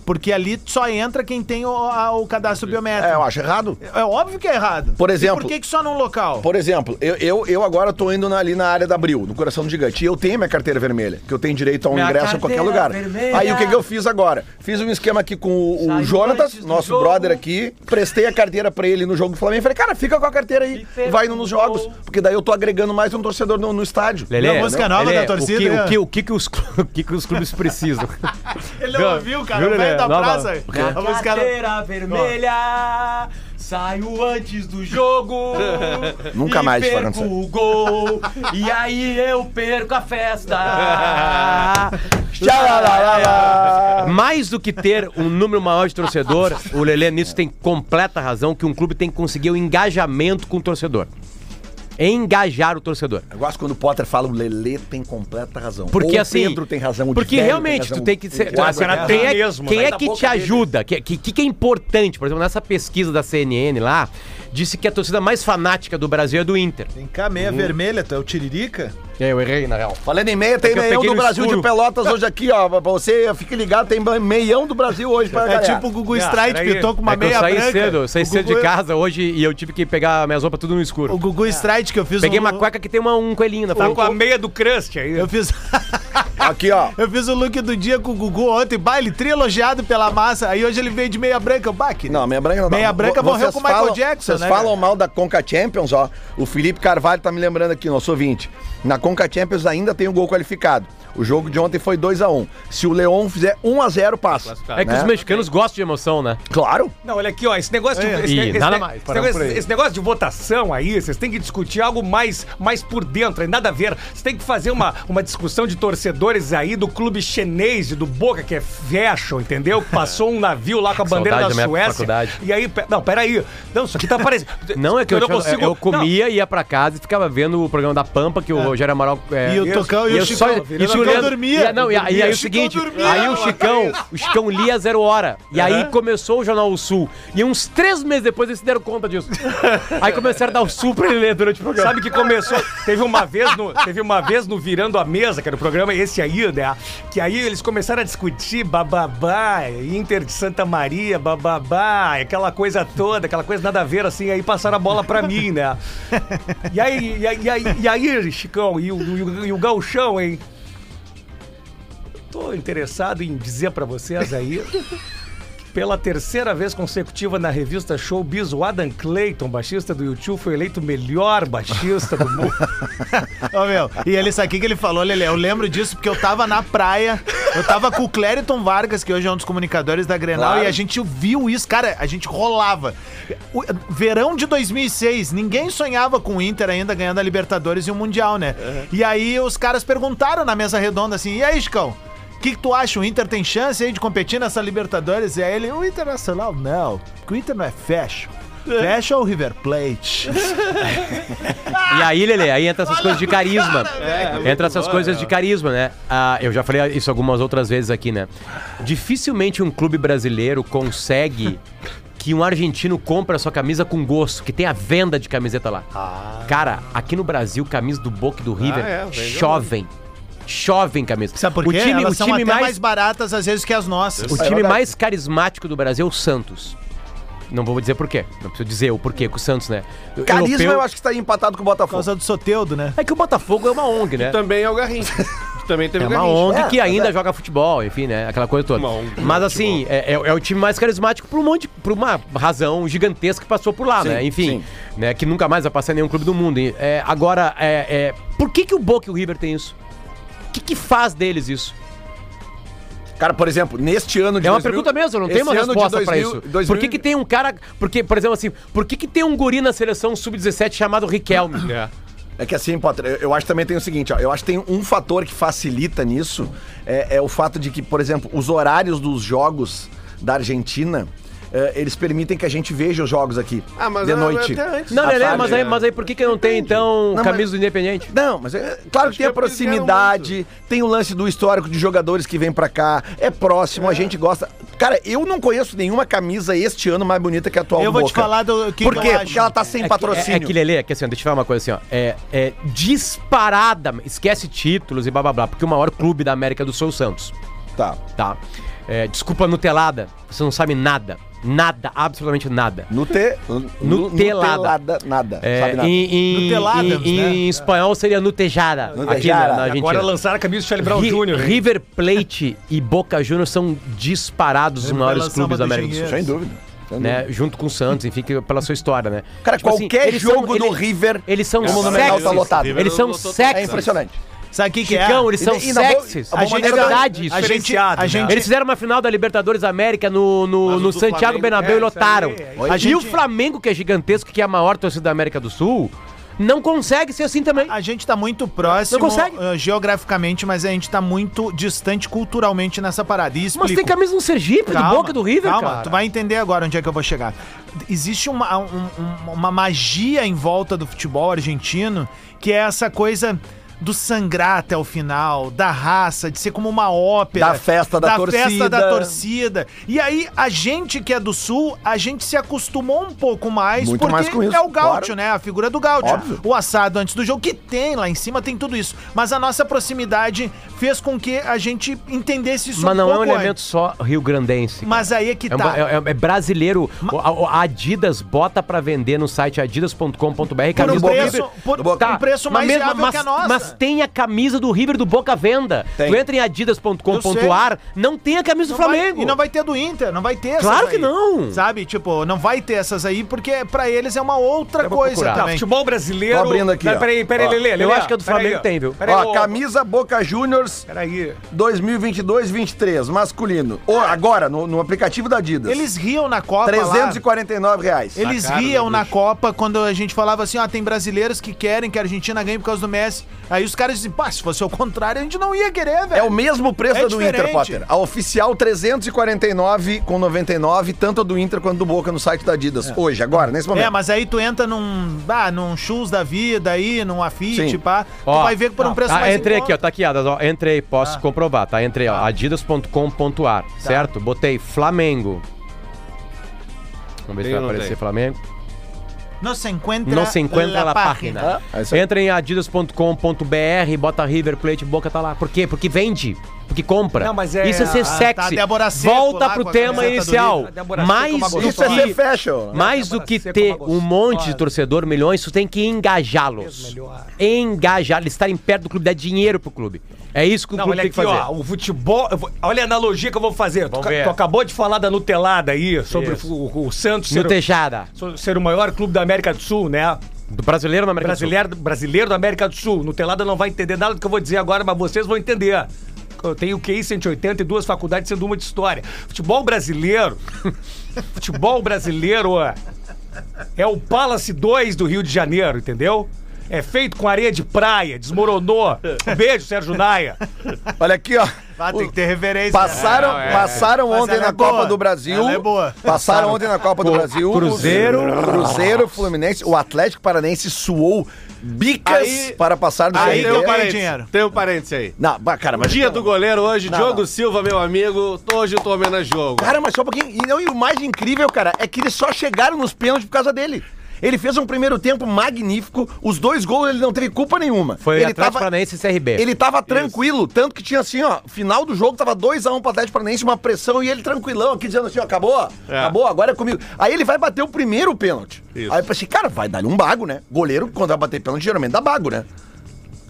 Speaker 3: Porque ali só entra quem tem o, a- o cadastro
Speaker 1: É, eu
Speaker 3: biométrico.
Speaker 1: acho errado.
Speaker 3: É, óbvio que é errado.
Speaker 1: Por
Speaker 3: E
Speaker 1: exemplo-
Speaker 3: por que, que só num local?
Speaker 1: Por exemplo, eu, eu, eu agora tô indo na- ali na área da Abril, no coração do gigante. E eu tenho minha carteira vermelha, que eu tenho direito a um ingresso em qualquer lugar. Aí o que, que eu fiz agora? Fiz um esquema aqui com o, o Jonatas, nosso brother aqui. Prestei a carteira pra ele no jogo do Flamengo. Falei, cara, fica com a carteira aí, vai indo nos jogos. Porque daí eu tô agregando mais um torcedor no, no estádio.
Speaker 5: Lelê,
Speaker 3: Não, é música nova da torcida,
Speaker 5: O que,
Speaker 3: né?
Speaker 5: o que, o que, que os, clu- o que que os clubes precisam?
Speaker 3: Ele não ouviu, cara.
Speaker 5: Viu,
Speaker 3: o
Speaker 5: Lelê?
Speaker 3: velho da
Speaker 5: Nova-
Speaker 3: praça. A música-
Speaker 8: vermelha Saio antes do jogo.
Speaker 1: Nunca
Speaker 8: e
Speaker 1: mais,
Speaker 8: perco
Speaker 1: França.
Speaker 8: o gol. e aí eu perco a festa.
Speaker 5: Mais do que ter um número maior de torcedor, o Lelê nisso tem completa razão que um clube tem que conseguir o engajamento com o torcedor. Engajar o torcedor.
Speaker 1: Eu gosto quando o Potter fala o Lelê tem completa razão.
Speaker 5: Porque
Speaker 1: Ou o
Speaker 5: assim.
Speaker 1: Pedro tem razão. o
Speaker 5: Porque
Speaker 1: Diverio
Speaker 5: realmente
Speaker 1: razão,
Speaker 5: tu tem que
Speaker 1: o
Speaker 5: ser.
Speaker 1: Thiago
Speaker 5: assim,
Speaker 1: tem razão.
Speaker 5: quem é,
Speaker 4: mesmo,
Speaker 5: quem
Speaker 3: né?
Speaker 4: vai
Speaker 5: é
Speaker 3: Tá
Speaker 4: da
Speaker 5: que
Speaker 4: boca
Speaker 5: te
Speaker 4: dele.
Speaker 5: ajuda? O que, que, que que é importante? Por exemplo, nessa pesquisa da CNN lá, disse que a torcida mais fanática do Brasil é do Inter.
Speaker 9: Vem cá, meia vermelha, tu é o Tiririca?
Speaker 5: Eu errei, na real.
Speaker 1: Falando em meia, tem
Speaker 5: que eu
Speaker 1: meião
Speaker 5: peguei
Speaker 1: do
Speaker 5: no
Speaker 1: Brasil
Speaker 5: escuro.
Speaker 1: de Pelotas hoje aqui, ó. Pra você, fique ligado, tem meião do Brasil hoje pra
Speaker 3: É
Speaker 1: galera.
Speaker 5: um
Speaker 3: tipo o Gugu Strike
Speaker 4: peraí.
Speaker 3: pintou com uma
Speaker 5: é que eu
Speaker 3: meia
Speaker 5: saí
Speaker 3: branca.
Speaker 5: cedo, eu saí
Speaker 3: O
Speaker 5: cedo
Speaker 3: Gugu- é-
Speaker 5: de casa hoje e eu tive que pegar minhas roupas tudo no escuro.
Speaker 3: O Gugu Strike que eu fiz
Speaker 5: Peguei
Speaker 3: um-
Speaker 5: uma cueca que tem uma, um coelhinho na
Speaker 4: Tá
Speaker 5: frente.
Speaker 4: com a meia do crust aí.
Speaker 3: Eu fiz...
Speaker 1: Aqui, ó.
Speaker 3: Eu fiz o look do dia com o Gugu ontem, baile trilogiado pela massa. Aí hoje ele veio de meia branca, o baque.
Speaker 1: Não, meia branca não dá.
Speaker 3: Meia branca
Speaker 1: Vo-
Speaker 3: morreu
Speaker 1: vocês
Speaker 3: com o Michael
Speaker 1: falam-
Speaker 3: Jackson,
Speaker 1: Vocês
Speaker 3: né,
Speaker 1: falam
Speaker 3: cara?
Speaker 1: mal da Conca Champions, ó. O Felipe Carvalho tá me lembrando aqui, nosso ouvinte. Na Conca Champions ainda tem um gol qualificado. O jogo de ontem foi 2x1. Se o Leon fizer 1x0, passa.
Speaker 5: É que
Speaker 1: né?
Speaker 5: os mexicanos gostam de emoção, né?
Speaker 1: Claro.
Speaker 4: Não, olha aqui, ó, esse negócio de,
Speaker 5: É,
Speaker 4: esse,
Speaker 5: e
Speaker 4: esse-
Speaker 5: nada
Speaker 4: esse-
Speaker 5: mais,
Speaker 4: esse
Speaker 5: paramos
Speaker 4: negócio,
Speaker 5: por aí.
Speaker 4: esse negócio de votação aí, vocês têm que discutir algo mais, mais por dentro, aí nada a ver. Vocês têm que fazer uma, uma discussão de torcedores aí do clube chinês, e do Boca, que é fashion, entendeu? Que Passou um navio lá com a bandeira
Speaker 5: Saudade
Speaker 4: da
Speaker 5: da minha
Speaker 4: Suécia.
Speaker 5: faculdade.
Speaker 4: E aí, pe- não, peraí. Não, isso aqui tá parecendo.
Speaker 5: Não é que eu,
Speaker 4: não
Speaker 5: tinha- eu comia, ia pra casa e ficava vendo o programa da Pampa, que o Rogério Amaral. é,
Speaker 3: E o Tocão e o
Speaker 5: eu
Speaker 3: Chicão.
Speaker 5: só-
Speaker 3: Virando
Speaker 5: isso
Speaker 3: a
Speaker 5: olhando-
Speaker 3: cama, dormia.
Speaker 5: E, a- não, e, a- e aí é
Speaker 3: Dormia.
Speaker 5: o seguinte,
Speaker 3: dormia. é
Speaker 5: aí o Chicão, o Chicão lia zero hora. E aí começou o Jornal O Sul. E uns três meses depois eles se deram conta disso. aí começaram a dar o Sul pra ele ler durante o programa.
Speaker 4: Sabe que começou. Teve uma vez no, teve uma vez no Virando a Mesa, que era o programa esse aí, né? Que aí eles começaram a discutir bababá, Inter de Santa Maria, bababá, aquela coisa toda, aquela coisa nada a ver, assim, aí passaram a bola pra mim, né? E aí, e aí, e aí, e aí, Chicão, e o, e o- e o Gauchão, hein? Tô interessado em dizer pra vocês aí. Pela terceira vez consecutiva na revista Showbiz, o Adam Clayton, baixista do YouTube, foi eleito o melhor baixista do mundo.
Speaker 3: Ô, meu, e ele, sabe o que que ele falou, Lelê? Eu lembro disso porque eu tava na praia, eu tava com o Clériton Vargas, que hoje é um dos comunicadores da Grenal,
Speaker 1: Claro.
Speaker 3: e a gente viu isso, cara, a gente rolava. O- verão de 2006, ninguém sonhava com o Inter ainda ganhando a Libertadores e o Mundial, né? E aí os caras perguntaram na mesa redonda assim, e aí, Chicão? O que, que tu acha? O Inter tem chance aí de competir nessa Libertadores? E aí ele, o Internacional não, porque o Inter não é fashion. Fashion é o River Plate.
Speaker 5: E aí, Lele, aí entra essas coisas de carisma. entra essas coisas de carisma, né? Ah, eu já falei isso algumas outras vezes aqui, né? Dificilmente um clube brasileiro consegue que um argentino compre a sua camisa com gosto, que tem a venda de camiseta lá. Cara, aqui no Brasil, camisa do Boca e do River
Speaker 6: é, vendeu
Speaker 5: chovem. Chovem camisa.
Speaker 3: Sabe por
Speaker 5: o
Speaker 3: quê?
Speaker 5: time,
Speaker 3: Elas
Speaker 5: o
Speaker 3: são
Speaker 5: time
Speaker 3: até mais...
Speaker 5: mais
Speaker 3: baratas às vezes que as nossas.
Speaker 5: o time mais carismático do Brasil é o Santos. Não vou dizer por quê. Não preciso dizer o porquê com o Santos, né? O
Speaker 1: Carisma
Speaker 5: europeu-
Speaker 1: eu acho que tá empatado com o
Speaker 3: Por
Speaker 1: Botafogo.
Speaker 3: causa do Soteudo, né?
Speaker 5: É que o Botafogo é uma ONG, né?
Speaker 6: Também é o Garrincha. Também teve
Speaker 5: É
Speaker 6: o
Speaker 5: uma
Speaker 6: Garrincha.
Speaker 5: ONG
Speaker 1: É,
Speaker 5: que ainda joga futebol, enfim, né? Aquela coisa toda.
Speaker 6: Uma ONG
Speaker 5: Mas
Speaker 6: de
Speaker 5: assim, é, é- é o time mais carismático por um monte, por uma razão gigantesca que passou por lá, né? Enfim, né? Que nunca mais vai passar em nenhum clube do mundo. E, é, agora, é, é, por que, que o Boca e o River têm isso? O que, que faz deles isso?
Speaker 1: Cara, por exemplo, neste ano de
Speaker 5: É uma
Speaker 1: 2000,
Speaker 5: pergunta mesmo, não tem uma
Speaker 1: esse ano de
Speaker 5: resposta pra
Speaker 1: 2000,
Speaker 5: isso. Por que, que tem um cara. Porque, por exemplo, assim, por que, que tem um guri na seleção sub-17 chamado Riquelme?
Speaker 1: É que assim, Potter, eu, eu acho que também tem o seguinte, ó, eu acho que tem um fator que facilita nisso, é, é o fato de que, por exemplo, os horários dos jogos da Argentina, é, eles permitem que a gente veja os jogos aqui,
Speaker 6: Ah, mas
Speaker 1: de
Speaker 6: é-
Speaker 1: noite.
Speaker 6: é até antes.
Speaker 5: Não,
Speaker 1: à
Speaker 5: Lelê,
Speaker 1: tarde.
Speaker 5: mas aí, mas aí por que, que não tem, então,
Speaker 1: Não,
Speaker 5: camisa
Speaker 1: mas-
Speaker 5: do Independente?
Speaker 1: Não, mas é, claro que tem a
Speaker 6: porque eles ganham
Speaker 1: proximidade, tem o lance do histórico de jogadores que vêm pra cá, é próximo, a gente gosta. Cara, eu não conheço nenhuma camisa este ano mais bonita que a atual
Speaker 3: Eu
Speaker 1: do
Speaker 3: vou te
Speaker 1: Boca.
Speaker 3: falar do que
Speaker 1: Por
Speaker 3: eu
Speaker 1: quê?
Speaker 3: acho.
Speaker 1: Porque ela tá sem
Speaker 5: É que-
Speaker 1: patrocínio.
Speaker 5: É, é que Lelê, é que assim, ó, deixa eu te falar uma coisa assim, ó. É, é disparada, esquece títulos e blá blá blá, porque o maior clube da América do Sul é o Santos,
Speaker 1: Tá.
Speaker 5: tá? É, desculpa nutelada, você não sabe nada. Nada, absolutamente nada.
Speaker 1: Nute,
Speaker 5: Nutelada.
Speaker 1: Nutelada, nada.
Speaker 5: É,
Speaker 1: sabe nada.
Speaker 5: Em, em-
Speaker 3: Nutelada,
Speaker 5: em- em
Speaker 3: né?
Speaker 5: espanhol seria nutejada. Aqui
Speaker 1: Nutejada.
Speaker 5: na, na Argentina.
Speaker 4: Agora lançaram a camisa do Charlie Brown
Speaker 5: Ri-
Speaker 4: Jr. hein?
Speaker 5: River Plate e Boca Juniors são disparados os maiores
Speaker 3: pela samba
Speaker 5: clubes da
Speaker 3: do
Speaker 5: América do Sul.
Speaker 1: Sem dúvida. Sem dúvida.
Speaker 5: Né, junto com o Santos, enfim, que, pela sua história, né?
Speaker 1: Cara,
Speaker 5: Tipo assim,
Speaker 1: qualquer
Speaker 5: eles
Speaker 1: jogo
Speaker 5: são-
Speaker 1: do
Speaker 5: ele-
Speaker 1: River
Speaker 5: Eles são
Speaker 1: O Monumental tá
Speaker 5: sexys.
Speaker 1: lotado.
Speaker 5: Eles são
Speaker 6: River um lotou
Speaker 5: sexys.
Speaker 1: é impressionante.
Speaker 3: Sabe o que, que é?
Speaker 5: Chicão, eles são
Speaker 1: E- e na boa-
Speaker 5: sexys.
Speaker 1: a
Speaker 5: A gente é
Speaker 1: maneira da-
Speaker 5: verdade isso.
Speaker 3: a gente, a
Speaker 4: né?
Speaker 3: gente,
Speaker 5: Eles fizeram uma final da Libertadores América no, no,
Speaker 6: Mas
Speaker 5: no
Speaker 6: o do
Speaker 5: Santiago
Speaker 6: Flamengo-
Speaker 5: Bernabéu
Speaker 4: é,
Speaker 5: e lotaram.
Speaker 4: isso aí,
Speaker 3: é isso aí.
Speaker 5: E o Flamengo, que é gigantesco, que é a maior torcida da América do Sul, não consegue ser assim também.
Speaker 3: a gente tá muito próximo
Speaker 5: Não consegue.
Speaker 3: eh, geograficamente, mas a gente tá muito distante culturalmente nessa parada. E
Speaker 5: Mas tem
Speaker 3: explico.
Speaker 5: camisa no Sergipe,
Speaker 3: Calma,
Speaker 5: do Boca, do River,
Speaker 3: calma,
Speaker 5: cara.
Speaker 3: tu vai entender agora onde é que eu vou chegar. Existe uma, um- um- uma magia em volta do futebol argentino que é essa coisa do sangrar até o final, da raça, de ser como uma ópera.
Speaker 1: Da festa da torcida.
Speaker 3: festa da torcida. E aí, a gente que é do Sul, a gente se acostumou um pouco mais,
Speaker 1: Muito
Speaker 3: porque
Speaker 1: mais com isso,
Speaker 3: é o gaúcho,
Speaker 1: claro.
Speaker 3: né? A figura do gaúcho.
Speaker 1: Óbvio.
Speaker 3: O assado antes do jogo, que tem lá em cima, tem tudo isso. Mas a nossa proximidade fez com que a gente entendesse isso
Speaker 5: Mas não é um
Speaker 3: pouco
Speaker 5: elemento
Speaker 3: antes.
Speaker 5: só rio-grandense.
Speaker 3: Mas aí é que
Speaker 5: É, um-
Speaker 3: tá.
Speaker 5: é- é- é brasileiro. O- a- o- A Adidas bota pra vender no site adidas.com.br
Speaker 3: Por um
Speaker 5: camisa do
Speaker 3: preço,
Speaker 5: River. Tá,
Speaker 3: por-
Speaker 1: Do Boca.
Speaker 3: um preço mais
Speaker 5: mas, mesmo-
Speaker 3: viável
Speaker 5: mas,
Speaker 3: que a nossa.
Speaker 5: mas tem a camisa do River do Boca à venda.
Speaker 1: Tem.
Speaker 5: Tu entra em adidas.com.ar, não tem a camisa do
Speaker 3: Não vai-
Speaker 5: Flamengo.
Speaker 3: e não vai ter do Inter, não vai ter essas
Speaker 5: Claro que
Speaker 3: aí.
Speaker 5: não.
Speaker 3: Sabe? Tipo, não vai ter essas aí, porque pra eles é uma outra
Speaker 5: Eu vou
Speaker 3: coisa
Speaker 5: procurar.
Speaker 4: Tá,
Speaker 3: também.
Speaker 4: futebol brasileiro.
Speaker 1: Tô abrindo aqui,
Speaker 4: Tá,
Speaker 1: ó.
Speaker 4: Peraí, peraí,
Speaker 1: Ó.
Speaker 4: Lelê, Lelê.
Speaker 5: Eu acho que a do
Speaker 4: peraí,
Speaker 5: Flamengo
Speaker 4: ó.
Speaker 5: tem, viu?
Speaker 4: Peraí,
Speaker 1: Ó,
Speaker 4: ô,
Speaker 1: camisa Boca Juniors
Speaker 4: Peraí.
Speaker 1: 2022-23, masculino. Ô, agora, no, no aplicativo da Adidas.
Speaker 3: Ah. Eles riam na Copa lá.
Speaker 1: 349 reais.
Speaker 3: Eles riam na Copa quando a gente falava assim, ó, tem brasileiros que querem que a Argentina ganhe por causa do Messi. Aí os caras dizem, pá, se fosse o contrário, a gente não ia querer,
Speaker 1: É
Speaker 3: velho.
Speaker 1: o mesmo preço
Speaker 3: É
Speaker 1: da do Inter,
Speaker 3: diferente.
Speaker 1: Potter. A oficial 349,99, tanto a do Inter quanto do Boca no site da Adidas. Hoje, agora, nesse momento.
Speaker 3: É, mas aí tu entra num, ah, num shoes da vida aí, num afite,
Speaker 1: Sim.
Speaker 3: pá.
Speaker 5: Ó,
Speaker 3: tu vai ver por um
Speaker 5: tá,
Speaker 3: preço
Speaker 5: tá,
Speaker 3: mais em Ah.
Speaker 5: Entrei aqui,
Speaker 3: conta.
Speaker 5: ó, tá aqui, Adas, ó, entrei, posso comprovar, tá? Entrei, ó, adidas.com.ar,
Speaker 3: Tá.
Speaker 5: certo? Botei Flamengo. Vamos ver
Speaker 6: Tem
Speaker 5: se vai
Speaker 6: ou não
Speaker 5: aparecer
Speaker 6: tem?
Speaker 5: Flamengo.
Speaker 3: Não se encontra
Speaker 5: Não se encontra
Speaker 3: la
Speaker 5: na página.
Speaker 1: Ah, é isso aí.
Speaker 5: Entra em adidas.com.br, bota River Plate, Boca tá lá. Por quê? Porque vende. Porque compra.
Speaker 4: Não, mas é-
Speaker 5: Isso é ser
Speaker 4: Ah,
Speaker 3: tá,
Speaker 5: sexy.
Speaker 3: Débora Seco
Speaker 5: Volta
Speaker 3: lá
Speaker 5: pro
Speaker 3: com a
Speaker 5: tema
Speaker 3: camiseta do
Speaker 5: inicial.
Speaker 4: River. Ah, Débora Seco,
Speaker 5: Mais
Speaker 4: uma
Speaker 5: do
Speaker 1: Isso é ser
Speaker 5: que,
Speaker 1: fashion.
Speaker 5: mais do
Speaker 4: Débora
Speaker 5: que
Speaker 4: Seco,
Speaker 5: ter
Speaker 4: uma
Speaker 5: um monte de
Speaker 4: gostosa.
Speaker 5: torcedor, milhões, tu tem que engajá-los. Engajar, eles estarem perto do clube, dar dinheiro pro clube. É isso que o
Speaker 4: Não,
Speaker 5: clube
Speaker 4: olha
Speaker 5: tem que
Speaker 4: aqui,
Speaker 5: fazer.
Speaker 4: ó. O futebol. eu vou- Olha a analogia que eu vou fazer. Tu,
Speaker 5: Vamos
Speaker 4: ca-
Speaker 5: ver.
Speaker 4: tu acabou de falar da Nutelada aí, sobre
Speaker 5: Isso.
Speaker 4: o, o Santos ser, o-
Speaker 5: Sutejada.
Speaker 4: so- ser o maior clube da América do Sul, né?
Speaker 5: Do brasileiro na América
Speaker 4: Brasileiro, brasileiro da América do Sul. Nutelada não vai entender nada do que eu vou dizer agora, mas vocês vão entender. Eu tenho QI 180 e duas faculdades, sendo uma de história. Futebol brasileiro. futebol brasileiro ó, é o Palace 2 do Rio de Janeiro, entendeu? É feito com areia de praia, desmoronou. Um beijo, Sérgio Naia.
Speaker 1: Olha aqui, ó.
Speaker 3: Ah, tem que ter reverência.
Speaker 1: Passaram, passaram
Speaker 3: Mas
Speaker 1: ontem
Speaker 3: ela é
Speaker 1: na Copa
Speaker 3: boa.
Speaker 1: do Brasil.
Speaker 3: Ela é boa.
Speaker 1: Passaram ontem na Copa do Brasil.
Speaker 5: Cruzeiro.
Speaker 1: Cruzeiro, Fluminense. O Atlético Paranaense suou bicas
Speaker 6: Aí-
Speaker 1: para passar do CRB.
Speaker 6: Aí tem um
Speaker 3: ganha
Speaker 6: parênteses.
Speaker 3: dinheiro.
Speaker 6: Tem um parênteses aí.
Speaker 1: Não, ba- cara, mas.
Speaker 6: Dia do goleiro hoje,
Speaker 1: Não,
Speaker 6: Diogo
Speaker 1: não.
Speaker 6: Silva, meu amigo. Hoje eu tô homenageando.
Speaker 1: Cara, mas só um pouquinho. E, não, e o mais incrível, cara, é que eles só chegaram nos pênaltis por causa dele. Ele fez um primeiro tempo magnífico. Os dois gols ele não teve culpa nenhuma.
Speaker 5: Foi
Speaker 1: ele
Speaker 5: Atlético Paranaense e CRB.
Speaker 6: É.
Speaker 1: Ele tava tranquilo, tanto que tinha assim, ó, final do jogo tava 2x1 pro Atlético Paranaense, uma pressão e ele tranquilão aqui dizendo assim, ó, acabou,
Speaker 6: É.
Speaker 1: acabou, agora é comigo. Aí ele vai bater o primeiro pênalti.
Speaker 6: Isso.
Speaker 1: Aí eu pensei, cara, vai dar um bago, né? Goleiro, quando vai bater pênalti, geralmente dá bago, né?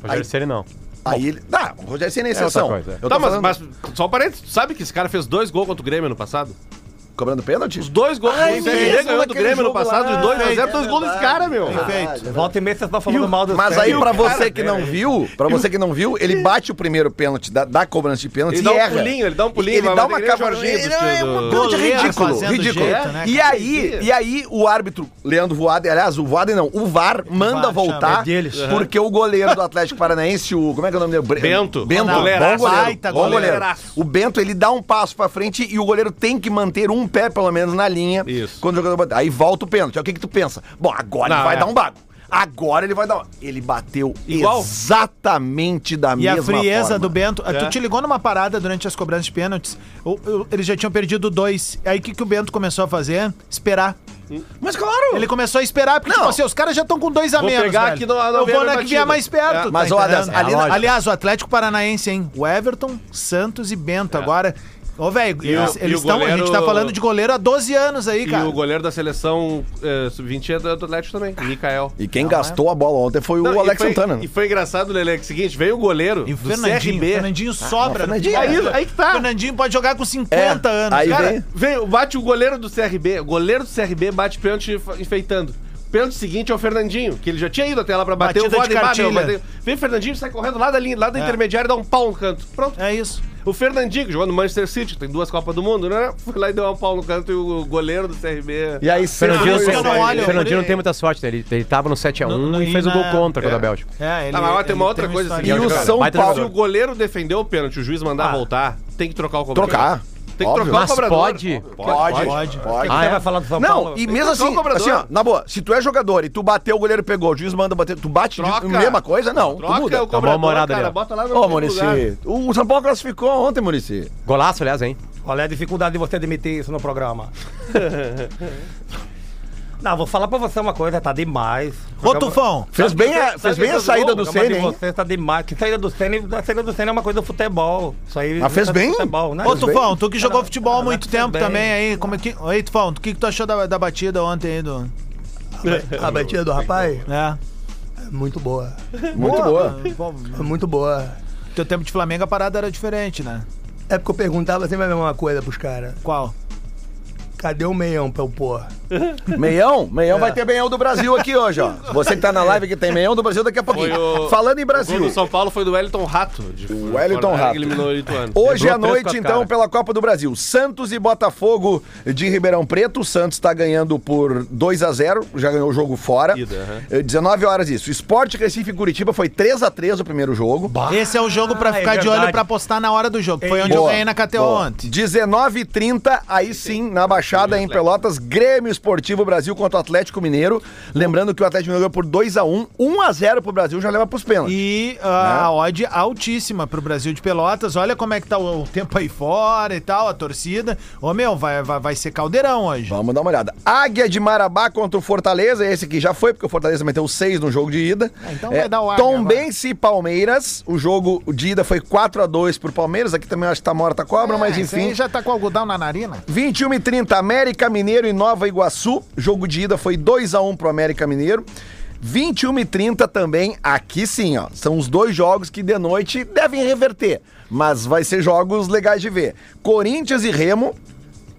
Speaker 5: Rogério Ceni não.
Speaker 1: Aí ele. Tá, o Rogério
Speaker 6: É
Speaker 1: sem exceção.
Speaker 5: outra coisa.
Speaker 1: Eu tô
Speaker 6: Tá, mas,
Speaker 1: falando-
Speaker 6: mas só um parênteses. Tu sabe que esse cara fez dois gols contra o Grêmio ano passado?
Speaker 1: Cobrando pênalti?
Speaker 6: Os dois gols
Speaker 1: Ai,
Speaker 6: o
Speaker 1: mesmo
Speaker 6: CRB ganhou do
Speaker 1: naquele
Speaker 6: Grêmio
Speaker 1: jogo
Speaker 6: ano passado
Speaker 1: lá.
Speaker 6: de 2 a
Speaker 1: É
Speaker 6: 0 dois gols desse cara, meu.
Speaker 1: Perfeito.
Speaker 4: Volta e meia, vocês estão falando mal do
Speaker 1: Mas aí, pra você
Speaker 6: né?
Speaker 1: que não viu, pra você que não viu, ele bate o primeiro pênalti da, da cobrança de pênalti
Speaker 6: Ele
Speaker 1: e
Speaker 6: dá um
Speaker 1: erra.
Speaker 6: pulinho, ele dá um pulinho,
Speaker 1: Ele
Speaker 6: vai
Speaker 1: dá
Speaker 6: bater né?
Speaker 1: uma
Speaker 6: que nem o
Speaker 1: cavadinha.
Speaker 6: Jorginho
Speaker 1: Ele
Speaker 6: do-
Speaker 1: é um pênalti
Speaker 3: goleiro
Speaker 1: ridículo,
Speaker 3: fazendo
Speaker 1: ridículo. É.
Speaker 3: jeito, né,
Speaker 1: e,
Speaker 3: cara?
Speaker 1: aí, e aí, o árbitro, Leandro Voaden, aliás, o Voaden não, o VAR manda
Speaker 3: VAR,
Speaker 1: voltar,
Speaker 3: chama, é deles.
Speaker 1: porque o goleiro do Atlético Paranaense, o... Como é que é o nome dele? Bre-
Speaker 6: Bento. Ah,
Speaker 1: Bento, bom
Speaker 6: Goleiraço.
Speaker 1: goleiro.
Speaker 3: Baita
Speaker 1: Bom goleiro.
Speaker 6: goleiraço.
Speaker 1: O Bento, ele dá um passo pra frente e o goleiro tem que manter um pé, pelo menos, na linha.
Speaker 6: Isso.
Speaker 1: Quando o jogador bater. Aí volta o pênalti. Aí o que que tu pensa? Bom, agora ele
Speaker 6: Não,
Speaker 1: vai
Speaker 6: é.
Speaker 1: dar um bago. Agora ele vai dar. um- Ele bateu
Speaker 6: Igual?
Speaker 1: exatamente da
Speaker 3: E
Speaker 1: mesma
Speaker 3: a frieza
Speaker 1: forma.
Speaker 3: do Bento. Ah,
Speaker 6: É.
Speaker 3: Tu te ligou numa parada durante as cobranças de pênaltis. o- o- Eles já tinham perdido dois. Aí o que, que o Bento começou a fazer? Esperar.
Speaker 1: Mas claro.
Speaker 3: Ele começou a esperar, porque,
Speaker 1: Não.
Speaker 3: tipo assim, os caras já estão com dois a
Speaker 6: Vou
Speaker 3: menos.
Speaker 6: pegar
Speaker 3: velho.
Speaker 6: aqui no- na
Speaker 3: Eu
Speaker 6: beira
Speaker 3: vou na
Speaker 6: da
Speaker 3: que vier
Speaker 6: batida.
Speaker 3: mais perto.
Speaker 1: É, mas, ó, Adas,
Speaker 3: entendendo?
Speaker 1: ali na-
Speaker 3: Aliás, o Atlético Paranaense, hein? O Everton, Santos e Bento agora. Ô, velho,
Speaker 6: É. E o-
Speaker 3: eles
Speaker 6: e o
Speaker 3: eles estão. A gente tá
Speaker 6: goleiro-
Speaker 3: falando de goleiro há 12 anos aí,
Speaker 6: E
Speaker 3: cara.
Speaker 6: o goleiro da seleção eh, sub-20 é do do Atlético também, Mikael.
Speaker 1: E quem gastou a bola ontem foi
Speaker 6: é. Não,
Speaker 1: o
Speaker 6: e
Speaker 1: Alex
Speaker 6: foi-
Speaker 5: né?
Speaker 1: Santana.
Speaker 6: E foi engraçado, Lele, que é o seguinte, veio o goleiro
Speaker 3: E o
Speaker 6: do
Speaker 3: Fernandinho. O
Speaker 6: CRB.
Speaker 3: Fernandinho sobra.
Speaker 1: não, Fernandinho,
Speaker 3: no
Speaker 1: aí-
Speaker 3: futebol.
Speaker 6: aí que tá.
Speaker 3: O Fernandinho pode jogar com 50
Speaker 1: É,
Speaker 3: anos.
Speaker 1: aí
Speaker 3: cara.
Speaker 1: vem-
Speaker 6: Cara, veio, bate o goleiro do CRB. O goleiro do CRB bate pênalti enfe- enfeitando. Pênalti seguinte é o Fernandinho, que ele já tinha ido até lá pra bater
Speaker 3: Batida
Speaker 6: o voto
Speaker 3: de
Speaker 6: e bateu.
Speaker 3: cartilha.
Speaker 6: Vem o Fernandinho, sai correndo lá da linha, lá da intermediária, dá um pau no canto. Pronto.
Speaker 3: É isso.
Speaker 6: O Fernandinho, que jogou no Manchester City, tem duas Copas do Mundo, né? Foi lá e deu um pau no canto e o goleiro do CRB.
Speaker 1: E aí,
Speaker 5: Fernandinho,
Speaker 1: sempre-
Speaker 3: eu não olho,
Speaker 5: Fernandinho
Speaker 3: eu
Speaker 5: não tem muita sorte, né? ele, ele tava no 7x1
Speaker 3: No-
Speaker 5: e fez o
Speaker 3: e na-
Speaker 5: gol contra contra a
Speaker 6: É.
Speaker 5: Bélgica.
Speaker 3: É, ele,
Speaker 6: Tá, mas agora tem uma
Speaker 3: ele
Speaker 6: outra coisa
Speaker 3: história.
Speaker 1: E o
Speaker 6: Cara,
Speaker 1: São
Speaker 5: baita
Speaker 6: Se o
Speaker 1: Paulo.
Speaker 6: goleiro defendeu o pênalti, o juiz mandar voltar, tem que trocar o cobrador.
Speaker 1: Trocar.
Speaker 6: Tem que
Speaker 1: Óbvio.
Speaker 6: trocar
Speaker 5: Mas
Speaker 6: o cobrador.
Speaker 5: pode?
Speaker 1: Pode,
Speaker 3: Pode.
Speaker 1: pode.
Speaker 6: Ah,
Speaker 4: Você vai falar do
Speaker 6: então
Speaker 4: São Paulo?
Speaker 1: Não, e mesmo
Speaker 6: trocar o
Speaker 1: assim,
Speaker 6: um cobrador.
Speaker 1: assim, ó, na boa, se tu é jogador e tu bateu, o goleiro pegou, o juiz manda bater, tu bate de-
Speaker 6: Troca.
Speaker 1: mesma coisa? Não, tu
Speaker 6: Troca
Speaker 1: Então muda.
Speaker 6: o cobrador,
Speaker 5: mal-humorado
Speaker 6: cara,
Speaker 5: ali, ó.
Speaker 6: bota lá no
Speaker 1: Ô,
Speaker 6: primeiro
Speaker 1: Murici,
Speaker 6: lugar.
Speaker 1: o São Paulo classificou ontem, Murici.
Speaker 5: Golaço, aliás, hein?
Speaker 4: Qual é a dificuldade de você admitir isso no programa? Não, vou falar pra você uma coisa, tá demais.
Speaker 3: Ô, Tufão.
Speaker 1: Fez bem a,
Speaker 6: sabe
Speaker 1: fez bem a
Speaker 6: quem fez o
Speaker 1: saída
Speaker 6: gol?
Speaker 1: do
Speaker 4: O programa
Speaker 1: Ceni,
Speaker 4: de
Speaker 1: hein?
Speaker 4: você tá demais. Que saída do Ceni, a saída do Ceni é uma coisa do futebol. Isso aí
Speaker 1: Mas Ah, fez
Speaker 4: não é do
Speaker 1: bem?
Speaker 4: Futebol, né?
Speaker 3: Ô, Tufão, tu que jogou futebol há muito
Speaker 4: fez
Speaker 3: tempo
Speaker 4: bem.
Speaker 3: também aí. Como é que... Oi, Tufão, o que, que tu achou da, da batida ontem aí do.
Speaker 8: A batida do Ah, rapaz
Speaker 3: É.
Speaker 8: é muito boa.
Speaker 1: Muito boa.
Speaker 6: né?
Speaker 3: Bom,
Speaker 8: É muito boa.
Speaker 3: teu tempo de Flamengo a parada era diferente, né?
Speaker 8: É porque eu perguntava sempre a mesma coisa pros caras.
Speaker 3: Qual?
Speaker 8: Cadê o meião pra eu pôr?
Speaker 1: Meião, Meião
Speaker 6: É.
Speaker 1: vai ter Meião do Brasil aqui hoje, ó. Você que tá na live que tem Meião do Brasil daqui a pouquinho.
Speaker 6: Foi o-
Speaker 1: Falando em
Speaker 6: O gol
Speaker 1: Brasil.
Speaker 6: do São Paulo foi do Wellington Rato. De
Speaker 1: Wellington
Speaker 6: Fortaleza,
Speaker 1: Rato.
Speaker 6: que eliminou o Ituano.
Speaker 1: Hoje
Speaker 6: Quebrou
Speaker 1: à
Speaker 6: três com
Speaker 1: noite,
Speaker 6: a
Speaker 1: então,
Speaker 6: cara.
Speaker 1: pela Copa do Brasil. Santos e Botafogo de Ribeirão Preto. O Santos tá ganhando por 2 a 0 já ganhou o jogo fora.
Speaker 6: Ida, aham.
Speaker 1: Eh, 19 horas isso. Esporte Recife e Curitiba foi 3 a 3 o primeiro jogo.
Speaker 3: Esse é o jogo pra
Speaker 4: Ah, é
Speaker 3: ficar de olho
Speaker 4: verdade.
Speaker 3: pra postar na hora do jogo. Foi onde eu
Speaker 1: Boa,
Speaker 3: ganhei na KTO
Speaker 1: boa.
Speaker 3: ontem.
Speaker 1: 19h30, aí sim, na Baixada, em Pelotas, Grêmio Esportivo Brasil contra o Atlético Mineiro. Lembrando que o Atlético Mineiro ganhou por 2x1, 1x0 pro Brasil, já leva pros pênaltis.
Speaker 3: E
Speaker 1: Né?
Speaker 3: ah, a odd altíssima pro Brasil de Pelotas. Olha como é que tá o, o tempo aí fora e tal, a torcida. Ô meu, vai, vai, vai ser caldeirão hoje.
Speaker 1: Vamos dar uma olhada. Águia de Marabá contra o Fortaleza, esse aqui já foi, porque o Fortaleza meteu 6 no jogo de ida. É,
Speaker 3: Ah, então vai dar o Águia
Speaker 1: Tombense e Palmeiras, o jogo de ida foi 4x2 pro Palmeiras, aqui também acho que tá morta a cobra, mas
Speaker 3: É, esse
Speaker 1: enfim.
Speaker 3: aí já tá com algodão na narina.
Speaker 1: 21 e 30, América Mineiro e Nova Iguaçu. Jogo de ida foi 2 a 1 pro América Mineiro. 21 e 30 também, aqui sim, ó. São os dois jogos que de noite devem reverter, mas vai ser jogos legais de ver. Corinthians e Remo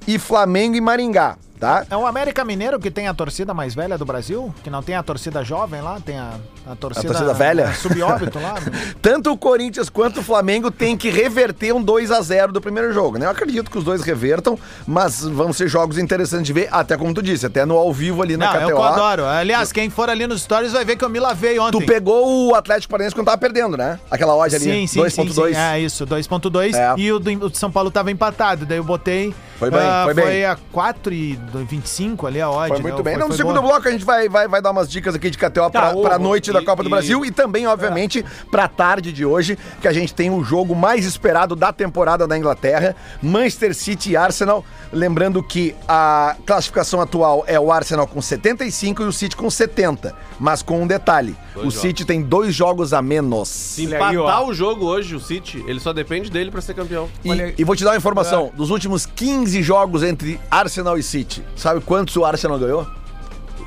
Speaker 1: e Flamengo e Maringá, tá?
Speaker 3: É o América Mineiro que tem a torcida mais velha do Brasil, que não tem a torcida jovem lá, tem a, a torcida,
Speaker 1: torcida velha?
Speaker 3: é, subóbito lá.
Speaker 1: Tanto o Corinthians quanto o Flamengo tem que reverter um 2 a 0 do primeiro jogo, né? Eu acredito que os dois revertam, mas vão ser jogos interessantes de ver, até como tu disse, até no ao vivo ali na
Speaker 3: Não, é o que eu
Speaker 1: KTO.
Speaker 3: adoro. Aliás, quem for ali nos stories vai ver que eu me lavei ontem.
Speaker 1: Tu pegou o Atlético Paranaense quando tava perdendo, né? Aquela loja ali,
Speaker 3: Sim, sim, sim, sim.
Speaker 1: 2.2.
Speaker 3: É isso, 2.2.
Speaker 1: É.
Speaker 3: E o do, o de São Paulo tava empatado. Daí eu botei.
Speaker 1: Foi bem,
Speaker 3: ah,
Speaker 1: foi bem.
Speaker 3: a 4 e do- 25 ali a odd.
Speaker 1: Foi
Speaker 3: né?
Speaker 1: muito bem. Não, no
Speaker 3: foi
Speaker 1: segundo
Speaker 3: boa.
Speaker 1: bloco a gente vai, vai, vai dar umas dicas aqui de KTO pra,
Speaker 6: ô,
Speaker 1: pra
Speaker 6: ô,
Speaker 1: noite
Speaker 6: e-
Speaker 1: da Copa do
Speaker 6: e-
Speaker 1: Brasil e também, obviamente, pra tarde de hoje, que a gente tem o jogo mais esperado da temporada da Inglaterra, Manchester City e Arsenal. Lembrando que a classificação atual é o Arsenal com 75 e o City com 70. Mas com um detalhe, o City tem dois jogos a menos.
Speaker 6: Se
Speaker 4: Olha aí,
Speaker 6: empatar
Speaker 4: ó.
Speaker 6: o jogo hoje, o City, ele só depende dele pra ser campeão.
Speaker 1: E, e vou te dar uma informação: dos últimos 15 jogos entre Arsenal e City, sabe quantos o Arsenal ganhou?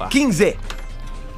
Speaker 1: 15!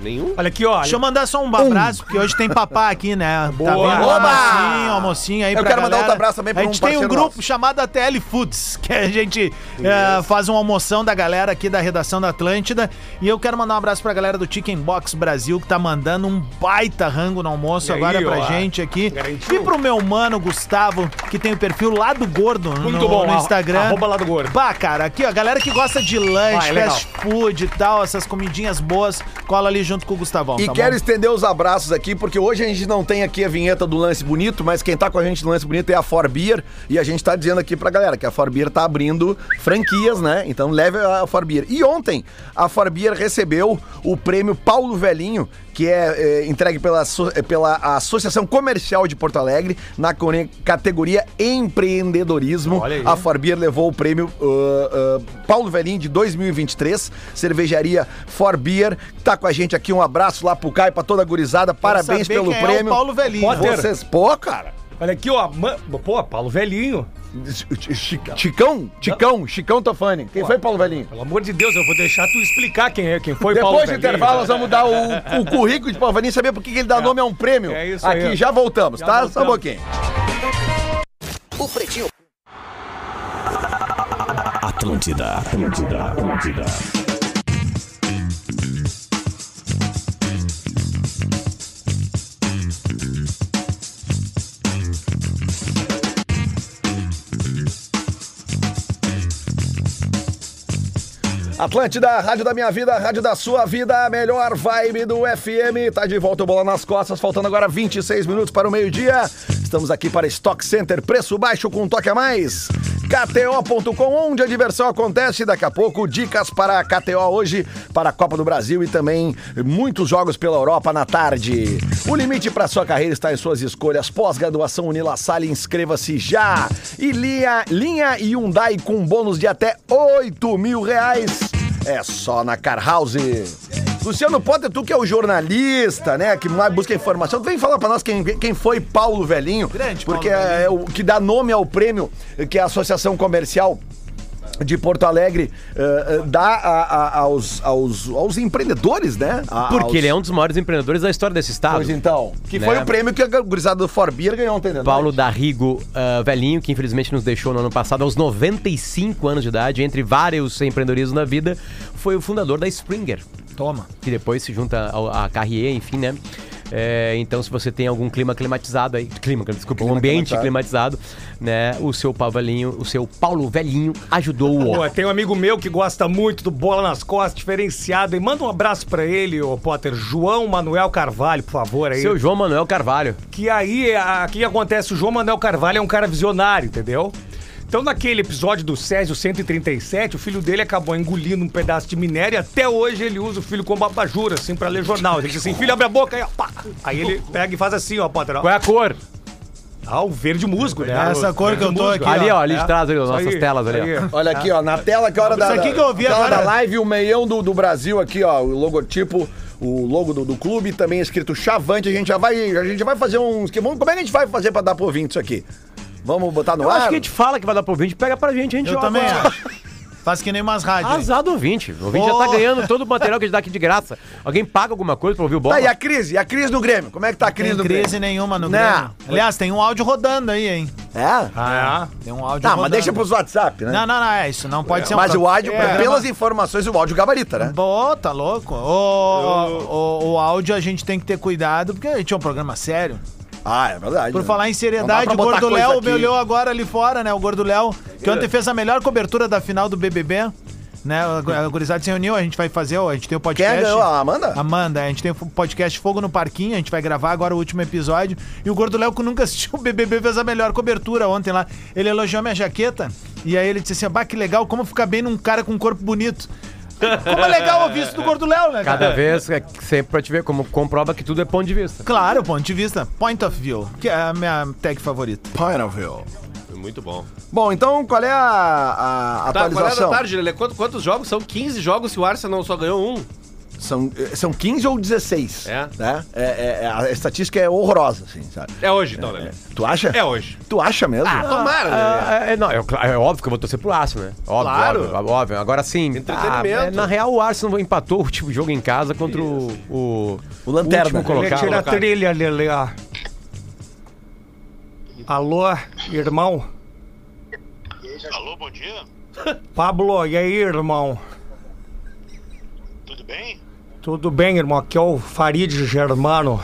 Speaker 6: Nenhum.
Speaker 4: Olha aqui, ó.
Speaker 3: Deixa eu mandar só um abraço, porque hoje tem papá aqui, né? Boa. Tá vendo?
Speaker 1: Oba!
Speaker 3: Almocinho, almocinho aí
Speaker 1: Eu
Speaker 3: pra
Speaker 1: quero mandar
Speaker 3: galera.
Speaker 1: outro abraço também pra
Speaker 3: A
Speaker 1: um
Speaker 3: gente tem um
Speaker 1: parceiro
Speaker 3: grupo
Speaker 1: nosso.
Speaker 3: chamado ATL Foods, que a gente eh, faz uma almoção da galera aqui da redação da Atlântida. E eu quero mandar um abraço pra galera do Chicken Box Brasil, que tá mandando um baita rango no almoço
Speaker 4: E aí,
Speaker 3: agora pra
Speaker 4: ó,
Speaker 3: gente aqui.
Speaker 4: garantiu.
Speaker 3: E pro meu mano Gustavo, que tem o perfil Lado Gordo no,
Speaker 4: Muito bom,
Speaker 3: no
Speaker 4: a-
Speaker 3: Instagram.
Speaker 4: arroba Lado Gordo.
Speaker 3: Bah, cara, aqui, ó, galera que gosta de lanche,
Speaker 4: Vai, legal.
Speaker 3: fast food e tal, essas comidinhas boas, cola ali junto com o Gustavão.
Speaker 1: E
Speaker 3: tá
Speaker 1: quero
Speaker 3: bom?
Speaker 1: estender os abraços aqui, porque hoje a gente não tem aqui a vinheta do Lance Bonito, mas quem tá com a gente no Lance Bonito é a Forbeer. E a gente tá dizendo aqui pra galera que a Forbeer tá abrindo franquias, né? Então leve a Forbeer. E ontem a Forbeer recebeu o prêmio Paulo Velhinho, que é, é, entregue pela, asso- é, pela Associação Comercial de Porto Alegre, na core- categoria empreendedorismo.
Speaker 6: Olha aí.
Speaker 1: A Forbier levou o prêmio uh, uh, Paulo Velhinho de 2023, cervejaria Forbier. Tá com a gente aqui, um abraço lá pro Caio, pra toda a gurizada. Parabéns
Speaker 3: saber
Speaker 1: pelo
Speaker 3: quem é o
Speaker 1: prêmio.
Speaker 3: Paulo Velhinho.
Speaker 1: Potter. Vocês, pô, cara.
Speaker 4: Olha aqui, ó. ma- Pô, Paulo Velhinho.
Speaker 1: Chi- chi- Chicão, Chicão, Chicão Tofani. Quem foi Paulo Velhinho?
Speaker 4: Pelo amor de Deus, eu vou deixar tu explicar quem é, quem foi Paulo
Speaker 1: Depois do
Speaker 4: Velhinho.
Speaker 1: intervalo, nós vamos dar o, o currículo de Paulo Velhinho, saber por que que ele dá nome a um prêmio.
Speaker 4: É isso
Speaker 1: aqui,
Speaker 4: aí.
Speaker 1: já voltamos,
Speaker 4: Já
Speaker 1: tá? Só um
Speaker 4: voltamos.
Speaker 1: pouquinho.
Speaker 2: Atlântida, Atlântida, Atlântida.
Speaker 1: Atlântida, rádio da minha vida, rádio da sua vida, a melhor vibe do FM. Tá de volta o Bola nas Costas, faltando agora 26 minutos para o meio-dia. Estamos aqui para Stock Center, preço baixo com um toque a mais. KTO.com, onde a diversão acontece. Daqui a pouco, dicas para a KTO hoje, para a Copa do Brasil e também muitos jogos pela Europa na tarde. O limite para sua carreira está em suas escolhas. Pós-graduação Unila Salle, inscreva-se já. E linha, linha Hyundai com bônus de até 8 mil reais. É só na Car House. Luciano Potter, tu que é o jornalista, né? Que mais busca informação, vem falar pra nós quem, quem foi Paulo Velhinho.
Speaker 3: Grande Paulo
Speaker 1: porque é o que dá nome ao prêmio eh, que a Associação Comercial de Porto Alegre eh, eh, dá a- a- aos, aos, aos empreendedores, né? A- aos-
Speaker 5: Porque ele é um dos maiores empreendedores da história desse estado.
Speaker 1: Pois então. Que foi
Speaker 5: Né?
Speaker 1: o prêmio que a gurizada do Forbier ganhou ontem, né?
Speaker 5: Paulo Darrigo ah, Velhinho, que infelizmente nos deixou no ano passado, aos 95 anos de idade, entre vários empreendedorismo na vida, foi o fundador da Springer,
Speaker 3: Toma.
Speaker 5: que depois se junta ao- à Carrier, enfim, né? É, então, se você tem algum clima climatizado aí, clima, desculpa, um ambiente climatizado, né? O seu Paulo Velhinho, o seu Paulo Velhinho ajudou
Speaker 4: Pô,
Speaker 5: o.
Speaker 4: tem um amigo meu que gosta muito do Bola nas Costas, diferenciado. E manda um abraço pra ele, ô Potter. João Manuel Carvalho, por favor, aí.
Speaker 5: Seu João Manuel Carvalho.
Speaker 4: Que aí, a- o que acontece? O João Manuel Carvalho é um cara visionário, entendeu? Então, naquele episódio do Césio 137, o filho dele acabou engolindo um pedaço de minério e até hoje ele usa o filho como abajura, assim, pra ler jornal. Ele diz assim, filho, abre a boca aí, ó, pá. Aí ele pega e faz assim, ó, Potter. ó.
Speaker 5: Qual é a cor?
Speaker 4: Ah, o verde musgo, né?
Speaker 3: Essa
Speaker 4: O-
Speaker 3: cor que eu tô
Speaker 4: musgo.
Speaker 3: aqui,
Speaker 5: ali, ó,
Speaker 3: ó,
Speaker 5: ali de trás, ali, ó, nossas
Speaker 4: aí,
Speaker 5: telas ali, ó.
Speaker 4: aí.
Speaker 1: Olha aqui, ó, na tela que é a hora da,
Speaker 3: aqui que eu ouvi
Speaker 1: da, tela
Speaker 3: agora.
Speaker 1: da live, o meião do, do Brasil aqui, ó, o logotipo, o logo do, do clube, também escrito Chavante, a gente já vai, a gente vai fazer um esquema, como é que a gente vai fazer pra dar pro ouvinte isso aqui? Vamos botar no
Speaker 5: Eu
Speaker 1: ar?
Speaker 5: acho que a gente fala que vai dar pro ouvinte, pega pra gente, a gente
Speaker 3: Eu
Speaker 5: joga.
Speaker 3: também acho. Faz que nem umas rádios.
Speaker 5: Azar do ouvinte. O ouvinte já tá ganhando todo o material que a gente dá aqui de graça. Alguém paga alguma coisa pra ouvir o bola?
Speaker 1: Tá, e a crise? E a crise do Grêmio? Como é que tá a
Speaker 3: Não
Speaker 1: crise
Speaker 3: tem
Speaker 1: do
Speaker 3: crise
Speaker 1: Grêmio?
Speaker 3: nenhuma no
Speaker 1: Não.
Speaker 3: Grêmio. Aliás, tem um áudio rodando aí, hein?
Speaker 1: É?
Speaker 4: Ah,
Speaker 3: Tem um áudio
Speaker 1: Tá,
Speaker 3: rodando.
Speaker 1: mas deixa pros WhatsApp, né?
Speaker 3: Não, não, não, é isso. Não pode ser um
Speaker 1: Mas
Speaker 3: pro-
Speaker 1: o áudio,
Speaker 3: programa-
Speaker 1: pelas informações, o áudio gabarita, né?
Speaker 3: Pô, tá louco? O, o, o áudio a gente tem que ter cuidado, porque a gente é um programa sério.
Speaker 1: Ah, é verdade.
Speaker 3: Por
Speaker 1: né?
Speaker 3: falar em seriedade,
Speaker 1: Não dá pra
Speaker 3: o
Speaker 1: botar
Speaker 3: Gordo
Speaker 1: coisa
Speaker 3: Léo
Speaker 1: aqui. É.
Speaker 3: me olhou agora ali fora, né? O Gordo Léo, que ontem fez a melhor cobertura da final do BBB. Né, a gurizada se reuniu, a gente vai fazer, ó, a gente tem o
Speaker 1: Quem
Speaker 3: podcast.
Speaker 1: ganhou? A Amanda?
Speaker 3: Amanda, a gente tem o podcast Fogo no Parquinho, a gente vai gravar agora o último episódio. E o Gordo Léo, que nunca assistiu o BBB, fez a melhor cobertura ontem lá. Ele elogiou minha jaqueta e aí ele disse assim: Bah, que legal, como fica bem num cara com um corpo bonito. Como é legal ouvir isso do Gordo Léo, né? cara?
Speaker 5: Cada vez, é sempre pra te ver, como comprova que tudo é ponto de vista.
Speaker 3: Claro, ponto de vista. Point of view, que é a minha tag favorita.
Speaker 1: Pineville.
Speaker 6: Muito bom.
Speaker 1: Bom, então qual é a, a
Speaker 6: Tá, qual é da
Speaker 1: atualização?
Speaker 6: tarde, Lelê? Quanto- Quantos jogos? São 15 jogos se o Arsenal só ganhou um.
Speaker 1: São, eh, são 15 ou 16.
Speaker 6: É?
Speaker 1: Né? É, é, é, a estatística é horrorosa, assim, sabe?
Speaker 6: É hoje, então, Lelê.
Speaker 1: Tu acha?
Speaker 6: É hoje.
Speaker 1: Tu acha mesmo?
Speaker 6: Tomara, Lelê.
Speaker 5: Ah, é, não, é, cla- é óbvio que eu vou torcer pro Arsenal, né? Óbvio,
Speaker 6: Claro.
Speaker 5: óbvio, óbvio. Agora sim.
Speaker 6: Entretenimento.
Speaker 5: ah, é, na real, o Arsenal empatou o último jogo em casa contra o, o,
Speaker 1: O Lanterna.
Speaker 5: último colocado. É,
Speaker 4: Tira a trilha, Lele. ó. Alô, irmão?
Speaker 10: Alô, bom dia.
Speaker 4: Pablo, e aí, irmão?
Speaker 10: Tudo bem?
Speaker 4: Tudo bem, irmão? Aqui é o Farid Germano.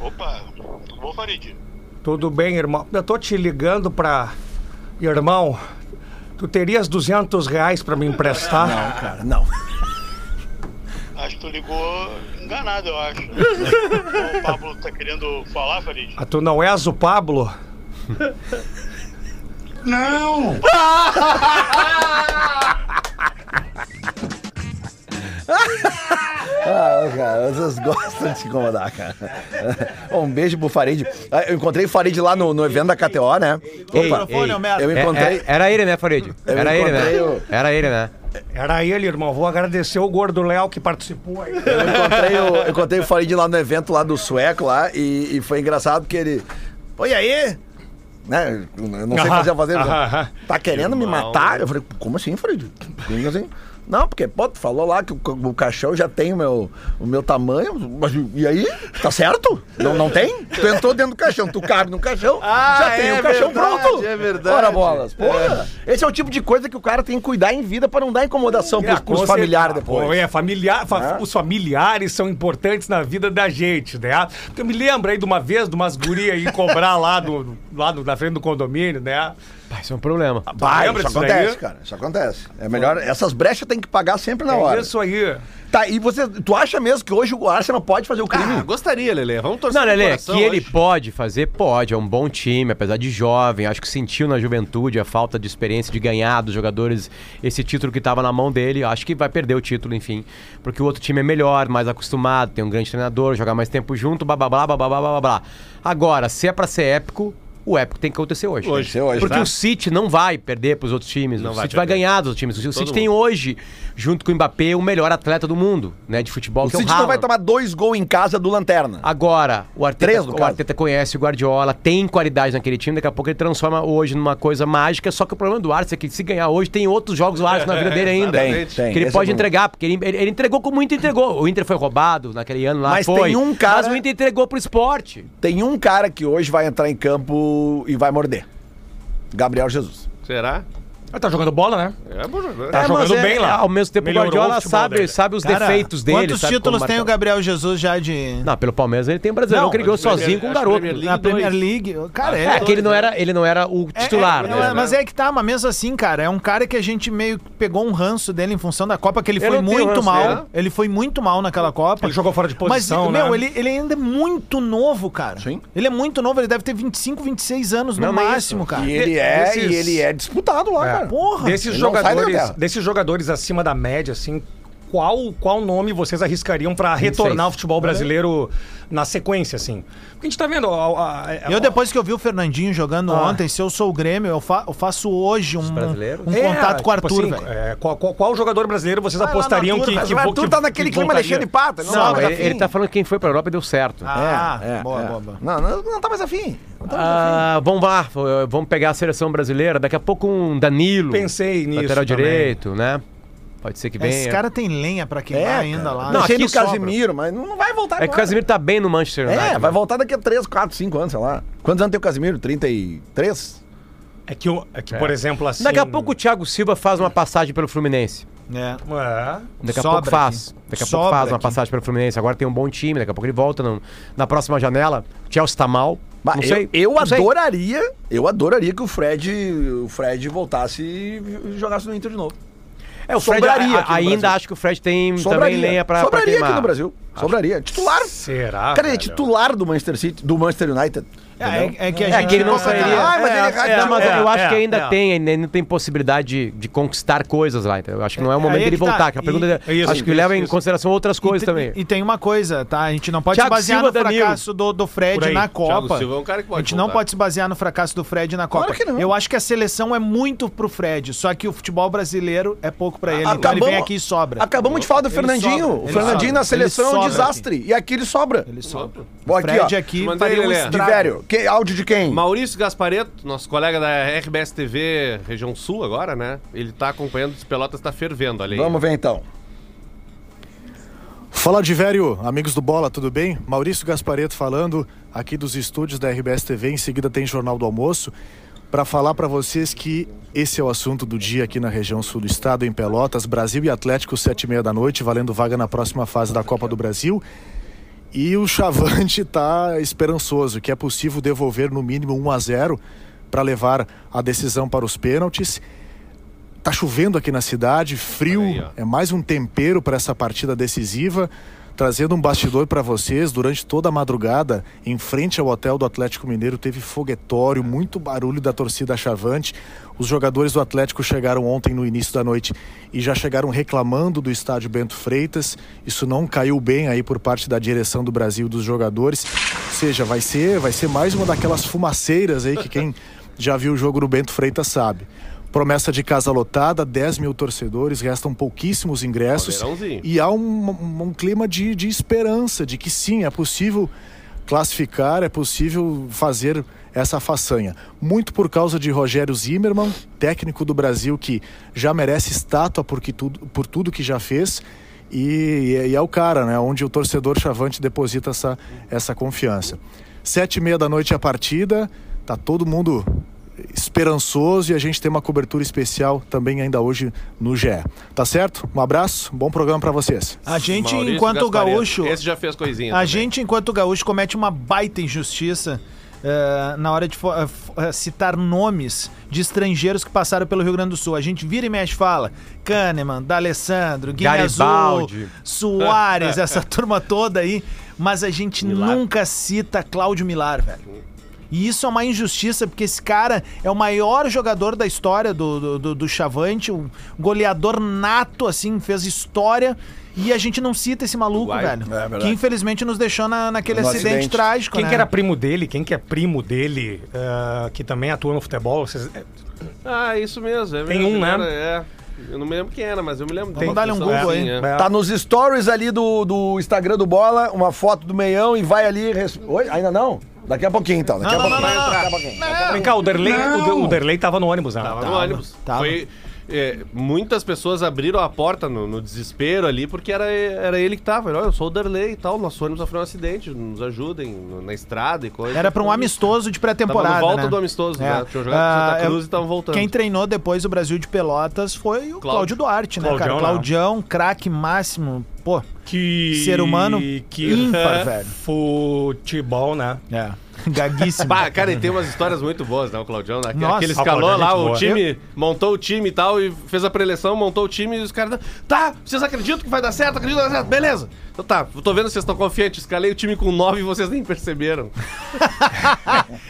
Speaker 10: Opa, tudo bom, Farid?
Speaker 4: Tudo bem, irmão? Eu tô te ligando pra... Irmão, tu terias 200 reais pra me emprestar?
Speaker 5: ah.
Speaker 1: Cara, não.
Speaker 10: Acho que tu ligou enganado, eu acho. o Pablo tá querendo falar, Farid?
Speaker 4: Ah, tu não és o Pablo?
Speaker 1: Ah, cara, vocês gostam de se incomodar, cara. Bom, um beijo pro Farid. Ah, Eu encontrei o Farid lá no, no evento da KTO, né?
Speaker 5: Ei,
Speaker 1: Opa,
Speaker 5: ei,
Speaker 3: Olha, Almeida.
Speaker 1: eu
Speaker 5: é-
Speaker 1: encontrei.
Speaker 5: é- era ele, né, Farid?
Speaker 1: Eu
Speaker 5: Era ele, né?
Speaker 1: encontrei o-
Speaker 5: Era ele, né?
Speaker 4: Era ele, irmão. Vou agradecer o Gordo Léo que participou aí.
Speaker 1: Eu encontrei, o, eu encontrei o Farid lá no evento lá do sueco lá e, e foi engraçado que ele. Oi aí! Né? Eu não sei
Speaker 4: Aham,
Speaker 1: fazer a voz dele,
Speaker 4: aham.
Speaker 1: Tá querendo me
Speaker 6: Irmão.
Speaker 1: matar? Eu falei, como assim, Farid? Como assim? Não, porque, pô, tu falou lá que o, ca- o caixão já tem o meu, o meu tamanho. Mas e aí? Tá certo? Não, não tem? Tu entrou dentro do caixão, tu cabe no caixão, já tem o caixão pronto. É Ah, verdade. Ora bolas. Porra. Esse é o tipo de coisa que o cara tem que cuidar em vida pra não dar incomodação pros,
Speaker 4: É,
Speaker 1: pros
Speaker 4: com
Speaker 1: familiares
Speaker 4: certeza.
Speaker 1: depois. Né?
Speaker 4: Pô, É, familiar, fa- Os familiares são importantes na vida da gente, né? Porque eu me lembro aí de uma vez de umas gurias aí cobrar lá, do, lá do- na frente do condomínio, né?
Speaker 5: Pá, isso é um problema.
Speaker 1: Vai,
Speaker 4: lembra
Speaker 1: isso
Speaker 4: disso
Speaker 1: acontece,
Speaker 4: daí?
Speaker 1: cara. Isso acontece. É melhor. Essas brechas tem que pagar sempre na hora.
Speaker 4: É Isso aí.
Speaker 1: Tá, e você. Tu acha mesmo que hoje o Arsenal pode fazer o crime?
Speaker 6: Ah, gostaria, Lele. Vamos torcer
Speaker 5: Não,
Speaker 6: pro
Speaker 5: Lelê, que
Speaker 6: coração
Speaker 5: ele
Speaker 6: hoje.
Speaker 5: pode fazer, pode. É um bom time, apesar de jovem. Acho que sentiu na juventude a falta de experiência de ganhar dos jogadores esse título que estava na mão dele. Acho que vai perder o título, enfim. Porque o outro time é melhor, mais acostumado, tem um grande treinador, jogar mais tempo junto, blá blá blá blá blá blá blá, blá. Agora, se é pra ser épico. O épico tem que acontecer hoje.
Speaker 1: Hoje,
Speaker 5: né?
Speaker 1: ser hoje,
Speaker 5: Porque
Speaker 1: tá?
Speaker 5: o City não vai perder pros outros times.
Speaker 6: Não
Speaker 5: o
Speaker 6: vai
Speaker 5: City vai
Speaker 6: perder.
Speaker 5: ganhar dos outros times. O City
Speaker 6: Todo
Speaker 5: tem hoje, junto com o Mbappé, o melhor atleta do mundo, né? De futebol,
Speaker 1: O
Speaker 5: que é o
Speaker 1: City não vai
Speaker 5: Haaland.
Speaker 1: tomar dois gols em casa do Lanterna.
Speaker 5: Agora, o Arteta,
Speaker 1: Três, no
Speaker 5: o
Speaker 1: caso.
Speaker 5: Arteta conhece o Guardiola, tem qualidade naquele time, daqui a pouco ele transforma hoje numa coisa mágica, só que o problema do Arsenal é que se ganhar hoje, tem outros jogos do Arsenal na vida dele ainda.
Speaker 1: Tem, tem.
Speaker 5: Que
Speaker 1: Esse
Speaker 5: ele
Speaker 1: é
Speaker 5: pode
Speaker 1: o problema.
Speaker 5: entregar, porque ele, ele- ele entregou como o Inter entregou. O Inter foi roubado naquele ano lá,
Speaker 1: Mas
Speaker 5: foi.
Speaker 1: tem um cara-
Speaker 5: Mas o Inter entregou pro esporte.
Speaker 1: Tem um cara que hoje vai entrar em campo e vai morder. Gabriel Jesus.
Speaker 6: Será?
Speaker 4: Tá jogando bola, né?
Speaker 6: É bom jogador.
Speaker 4: Tá
Speaker 5: É,
Speaker 4: jogando
Speaker 5: mas é-
Speaker 4: bem lá.
Speaker 5: Ao mesmo tempo,
Speaker 4: Melhorou
Speaker 5: o Guardiola
Speaker 4: futebol
Speaker 5: sabe,
Speaker 4: dele.
Speaker 5: sabe os
Speaker 3: Cara,
Speaker 5: defeitos dele.
Speaker 3: Quantos
Speaker 5: sabe
Speaker 3: títulos
Speaker 5: como
Speaker 3: tem o
Speaker 5: marcar.
Speaker 3: Gabriel Jesus já de.
Speaker 5: Não, pelo Palmeiras ele tem o brasileiro
Speaker 3: Não,
Speaker 5: que ele ganhou
Speaker 6: acho que
Speaker 5: sozinho
Speaker 6: Premier-
Speaker 5: com um
Speaker 6: acho que
Speaker 5: garoto.
Speaker 6: Premier League
Speaker 3: na
Speaker 6: dois.
Speaker 3: Premier League? Cara,
Speaker 5: É, que ele não era, ele não era o
Speaker 3: É,
Speaker 5: titular,
Speaker 3: é,
Speaker 5: né?
Speaker 3: não, é, mas é que tá, mas mesmo assim, cara, é um cara que a gente meio que pegou um ranço dele em função da Copa, que ele
Speaker 4: Eu
Speaker 3: foi
Speaker 4: não tenho
Speaker 3: muito
Speaker 4: ranço
Speaker 3: mal.
Speaker 4: dele.
Speaker 3: Ele foi muito mal naquela Copa.
Speaker 4: Ele jogou fora de posição,
Speaker 3: Mas, meu,
Speaker 4: né?
Speaker 3: ele, ele ainda é muito novo, cara. Sim. Ele é muito novo, ele deve ter 25, 26 anos no
Speaker 5: Não, não é
Speaker 3: máximo, cara.
Speaker 1: E ele é,
Speaker 4: Desses-
Speaker 1: e ele é disputado lá, cara.
Speaker 3: Porra!
Speaker 4: Desses
Speaker 1: Ele não sai da
Speaker 4: jogadores,
Speaker 1: Inglaterra.
Speaker 4: desses jogadores acima da média, assim, qual, qual nome vocês arriscariam pra
Speaker 5: 26.
Speaker 4: retornar ao futebol brasileiro na sequência, assim? Porque a gente tá vendo. a- a- a-
Speaker 3: Eu, depois que eu vi o Fernandinho jogando ontem, se eu sou o Grêmio, eu, fa- eu faço hoje um,
Speaker 5: brasileiros?
Speaker 3: um
Speaker 4: É,
Speaker 3: contato com o
Speaker 4: tipo
Speaker 3: Arthur,
Speaker 4: assim,
Speaker 3: velho.
Speaker 4: é, qual, qual, qual jogador brasileiro vocês
Speaker 3: lá no
Speaker 4: apostariam
Speaker 3: Arthur,
Speaker 4: que,
Speaker 3: mas
Speaker 4: que
Speaker 1: o
Speaker 4: vo-
Speaker 1: Arthur
Speaker 4: que-
Speaker 1: tá naquele
Speaker 4: que
Speaker 1: clima
Speaker 4: voltaria?
Speaker 1: Alexandre Pata, ele não,
Speaker 5: Não,
Speaker 1: tá mais
Speaker 5: ele,
Speaker 1: afim.
Speaker 5: ele tá falando que quem foi pra Europa deu certo.
Speaker 3: Ah,
Speaker 1: É, é,
Speaker 3: boa,
Speaker 1: é.
Speaker 3: boa, boa.
Speaker 1: Não, não, não tá mais afim.
Speaker 5: Ah, vamos lá, eh, vamos pegar a seleção brasileira. Daqui a pouco um Danilo.
Speaker 4: Pensei nisso
Speaker 5: Lateral
Speaker 4: também.
Speaker 5: direito, né? Pode ser que venha.
Speaker 3: Esse cara tem lenha pra queimar ainda lá.
Speaker 5: é. Não,
Speaker 1: É, Não,
Speaker 5: aqui
Speaker 1: do
Speaker 5: sobra.
Speaker 1: Casimiro, mas não vai voltar
Speaker 5: É que o Casimiro tá bem no Manchester United.
Speaker 1: É,
Speaker 5: né?
Speaker 1: vai voltar daqui a 3, 4, 5 anos, sei lá. Quantos anos tem o Casimiro? 33?
Speaker 4: É que, o- é que por exemplo, assim.
Speaker 5: Daqui a pouco o Thiago Silva faz uma passagem pelo Fluminense.
Speaker 3: É.
Speaker 4: É.
Speaker 5: Daqui a
Speaker 3: Sobra
Speaker 5: pouco faz.
Speaker 3: aqui.
Speaker 5: Daqui a pouco
Speaker 3: Sobra
Speaker 5: faz uma
Speaker 3: aqui.
Speaker 5: passagem pelo Fluminense. Agora tem um bom time, daqui a pouco ele volta no- na próxima janela. O Chelsea tá mal.
Speaker 1: Bah,
Speaker 5: não
Speaker 1: eu-
Speaker 5: sei.
Speaker 1: eu
Speaker 5: não sei.
Speaker 1: adoraria, eu adoraria que o Fred, o Fred voltasse e jogasse no Inter de novo.
Speaker 5: É, o Fred,
Speaker 1: sobraria
Speaker 5: a-
Speaker 1: aqui no
Speaker 5: ainda
Speaker 1: Brasil.
Speaker 5: acho que o Fred tem
Speaker 1: Sobraria.
Speaker 5: também lenha pra, pra
Speaker 1: Sobraria
Speaker 5: queimar.
Speaker 1: aqui no Brasil. Sobraria. Titular.
Speaker 4: Será?
Speaker 1: cara, ele é
Speaker 4: velho?
Speaker 1: titular do Manchester City, do Manchester United.
Speaker 3: É,
Speaker 1: entendeu?
Speaker 3: é- é que a
Speaker 5: É
Speaker 3: gente
Speaker 5: que ele não
Speaker 3: ficou com aquela-
Speaker 5: sairia.
Speaker 1: Ah, mas
Speaker 4: É,
Speaker 1: ele é
Speaker 4: é,
Speaker 1: radicado.
Speaker 5: Não, mas
Speaker 4: É,
Speaker 5: eu acho
Speaker 4: é,
Speaker 5: que ainda
Speaker 4: é.
Speaker 5: tem, ainda tem possibilidade de, de conquistar coisas lá. Então, eu acho que não é o momento
Speaker 3: aí é
Speaker 5: dele
Speaker 3: que tá.
Speaker 5: voltar. que a pergunta
Speaker 3: E-
Speaker 5: é-
Speaker 4: isso,
Speaker 5: acho que
Speaker 4: isso,
Speaker 5: leva em
Speaker 4: isso.
Speaker 5: consideração outras coisas
Speaker 3: e,
Speaker 5: também.
Speaker 3: E tem uma coisa, tá? A gente não pode
Speaker 5: Thiago
Speaker 3: se basear
Speaker 5: Silva,
Speaker 3: no
Speaker 5: Danilo.
Speaker 3: fracasso do, do
Speaker 4: Por
Speaker 3: Fred
Speaker 4: aí.
Speaker 3: na
Speaker 6: Thiago
Speaker 3: Copa.
Speaker 6: Silva é um cara que
Speaker 3: a
Speaker 6: pode
Speaker 3: gente não
Speaker 6: voltar.
Speaker 3: pode se basear no fracasso do Fred na Copa.
Speaker 1: Claro que não.
Speaker 3: Eu acho que a seleção é muito pro Fred, só que o futebol brasileiro é pouco pra ele. então ele
Speaker 1: Acabamos-
Speaker 3: vem aqui e sobra.
Speaker 1: Acabamos de falar do
Speaker 3: Ele
Speaker 1: Fernandinho.
Speaker 3: sobra,
Speaker 1: o
Speaker 3: ele
Speaker 1: Fernandinho
Speaker 3: sobra.
Speaker 1: na seleção
Speaker 3: Ele
Speaker 1: é um
Speaker 3: sobra
Speaker 1: desastre. E aqui ele sobra.
Speaker 3: Ele sobra.
Speaker 1: Ó, aqui,
Speaker 3: Fred
Speaker 1: ó.
Speaker 3: aqui
Speaker 6: Te mandei,
Speaker 3: faria um
Speaker 6: Lelé.
Speaker 3: estrago.
Speaker 1: Diverio, que, áudio de quem?
Speaker 6: Maurício Gaspareto, nosso colega da RBS TV Região Sul agora, né? Ele tá acompanhando os Pelotas, tá fervendo ali.
Speaker 1: Vamos ver então.
Speaker 11: Fala de velho, amigos do Bola, tudo bem? Maurício Gaspareto falando aqui dos estúdios da RBS TV, em seguida tem Jornal do Almoço, para falar para vocês que esse é o assunto do dia aqui na região sul do estado, em Pelotas, Brasil e Atlético, sete e meia da noite, valendo vaga na próxima fase da Copa do Brasil. E o Chavante está esperançoso que é possível devolver no mínimo 1 a 0 para levar a decisão para os pênaltis. Tá chovendo aqui na cidade, frio,
Speaker 6: Olha aí, ó.
Speaker 11: é mais um tempero para essa partida decisiva. Trazendo um bastidor para vocês, durante toda a madrugada, em frente ao hotel do Atlético Mineiro, teve foguetório, muito barulho da torcida chavante. Os jogadores do Atlético chegaram ontem no início da noite e já chegaram reclamando do estádio Bento Freitas. Isso não caiu bem aí por parte da direção do Brasil e dos jogadores. Ou seja, vai ser, vai ser mais uma daquelas fumaceiras aí que quem já viu o jogo do Bento Freitas sabe. Promessa de casa lotada, 10 mil torcedores, restam pouquíssimos ingressos.
Speaker 6: Caldeirãozinho.
Speaker 11: E há um, um- um clima de, de esperança, de que sim, é possível classificar, é possível fazer essa façanha. Muito por causa de Rogério Zimmermann, técnico do Brasil que já merece estátua porque tudo, por tudo que já fez. E, e é o cara, né? Onde o torcedor chavante deposita essa, essa confiança. Sete e meia da noite a partida, tá todo mundo esperançoso e a gente tem uma cobertura especial também ainda hoje no GE. Tá certo? Um abraço, bom programa pra vocês.
Speaker 3: A gente,
Speaker 6: Maurício
Speaker 3: enquanto
Speaker 6: Gaspareto.
Speaker 3: gaúcho,
Speaker 6: Esse já fez coisinha.
Speaker 3: A
Speaker 6: também.
Speaker 3: gente, enquanto gaúcho, comete uma baita injustiça eh, na hora de fo- eh, f- eh, citar nomes de estrangeiros que passaram pelo Rio Grande do Sul. A gente vira e mexe e fala: Kahneman, D'Alessandro, Guiné Azul,
Speaker 5: Garibaldi.
Speaker 3: Soares, essa turma toda aí. Mas a gente
Speaker 5: Milar.
Speaker 3: nunca cita Cláudio Milar, velho. E isso é uma injustiça, porque esse cara é o maior jogador da história do, do, do- do Chavante, um goleador nato, assim, fez história. E a gente não cita esse maluco,
Speaker 4: Uruguai.
Speaker 3: velho.
Speaker 4: É verdade.
Speaker 3: que infelizmente nos deixou na, naquele
Speaker 4: No
Speaker 3: acidente,
Speaker 4: acidente.
Speaker 3: trágico.
Speaker 4: Quem
Speaker 3: né?
Speaker 4: que era primo dele? Quem que é primo dele? eh, que também atua no futebol? Vocês- eh,
Speaker 6: Ah, isso mesmo. é
Speaker 4: Tem
Speaker 6: mesmo,
Speaker 4: um, né?
Speaker 6: cara, É. Eu não me lembro quem era, mas eu me lembro
Speaker 1: Tem-
Speaker 6: uma
Speaker 1: dá-lhe um
Speaker 6: função
Speaker 1: Google
Speaker 6: assim, é.
Speaker 1: Tá nos stories ali do, do Instagram do Bola, uma foto do Meião e vai ali. res- Oi? Ainda não? Daqui a pouquinho então. Daqui a pouquinho.
Speaker 4: tá, Vem cá, o Derlei, o, Der- o Derlei tava no ônibus, né?
Speaker 6: Tava no ônibus. Foi, é, muitas pessoas abriram a porta no, no desespero ali, porque era, era ele que tava. Ele, "Ó, eu sou o Derlei e tal, nosso ônibus sofreu um acidente, nos ajudem no- na estrada e coisa.
Speaker 3: Era pra um amistoso de pré-temporada.
Speaker 6: Tava na volta
Speaker 3: né?
Speaker 6: do amistoso, né? Tinha jogado
Speaker 3: Ah,
Speaker 6: com Santa Cruz
Speaker 3: eu-
Speaker 6: e tava voltando.
Speaker 3: Quem treinou depois o Brasil de Pelotas foi o Cláudio,
Speaker 6: Cláudio.
Speaker 3: Duarte, né, cara?
Speaker 6: Claudião, né?
Speaker 3: Claudião, craque máximo. Pô,
Speaker 4: Que.
Speaker 3: ser humano
Speaker 4: que
Speaker 6: É.
Speaker 3: ímpar, velho.
Speaker 4: Futebol, né?
Speaker 3: É. Gaguíssimo.
Speaker 6: Bah, cara, e tem umas histórias muito boas, né, o Claudião? Né?
Speaker 3: Nossa.
Speaker 6: Aquele
Speaker 3: Ah, o Claudião
Speaker 6: escalou
Speaker 3: é
Speaker 6: lá,
Speaker 3: gente
Speaker 6: o
Speaker 3: boa.
Speaker 6: time, montou o time e tal, e fez a preleção, montou o time, e os caras, tá, vocês acreditam que vai dar certo? Acreditam que vai dar certo? Beleza. Então tá, eu tô vendo que vocês estão confiantes, escalei o time com 9 e vocês nem perceberam.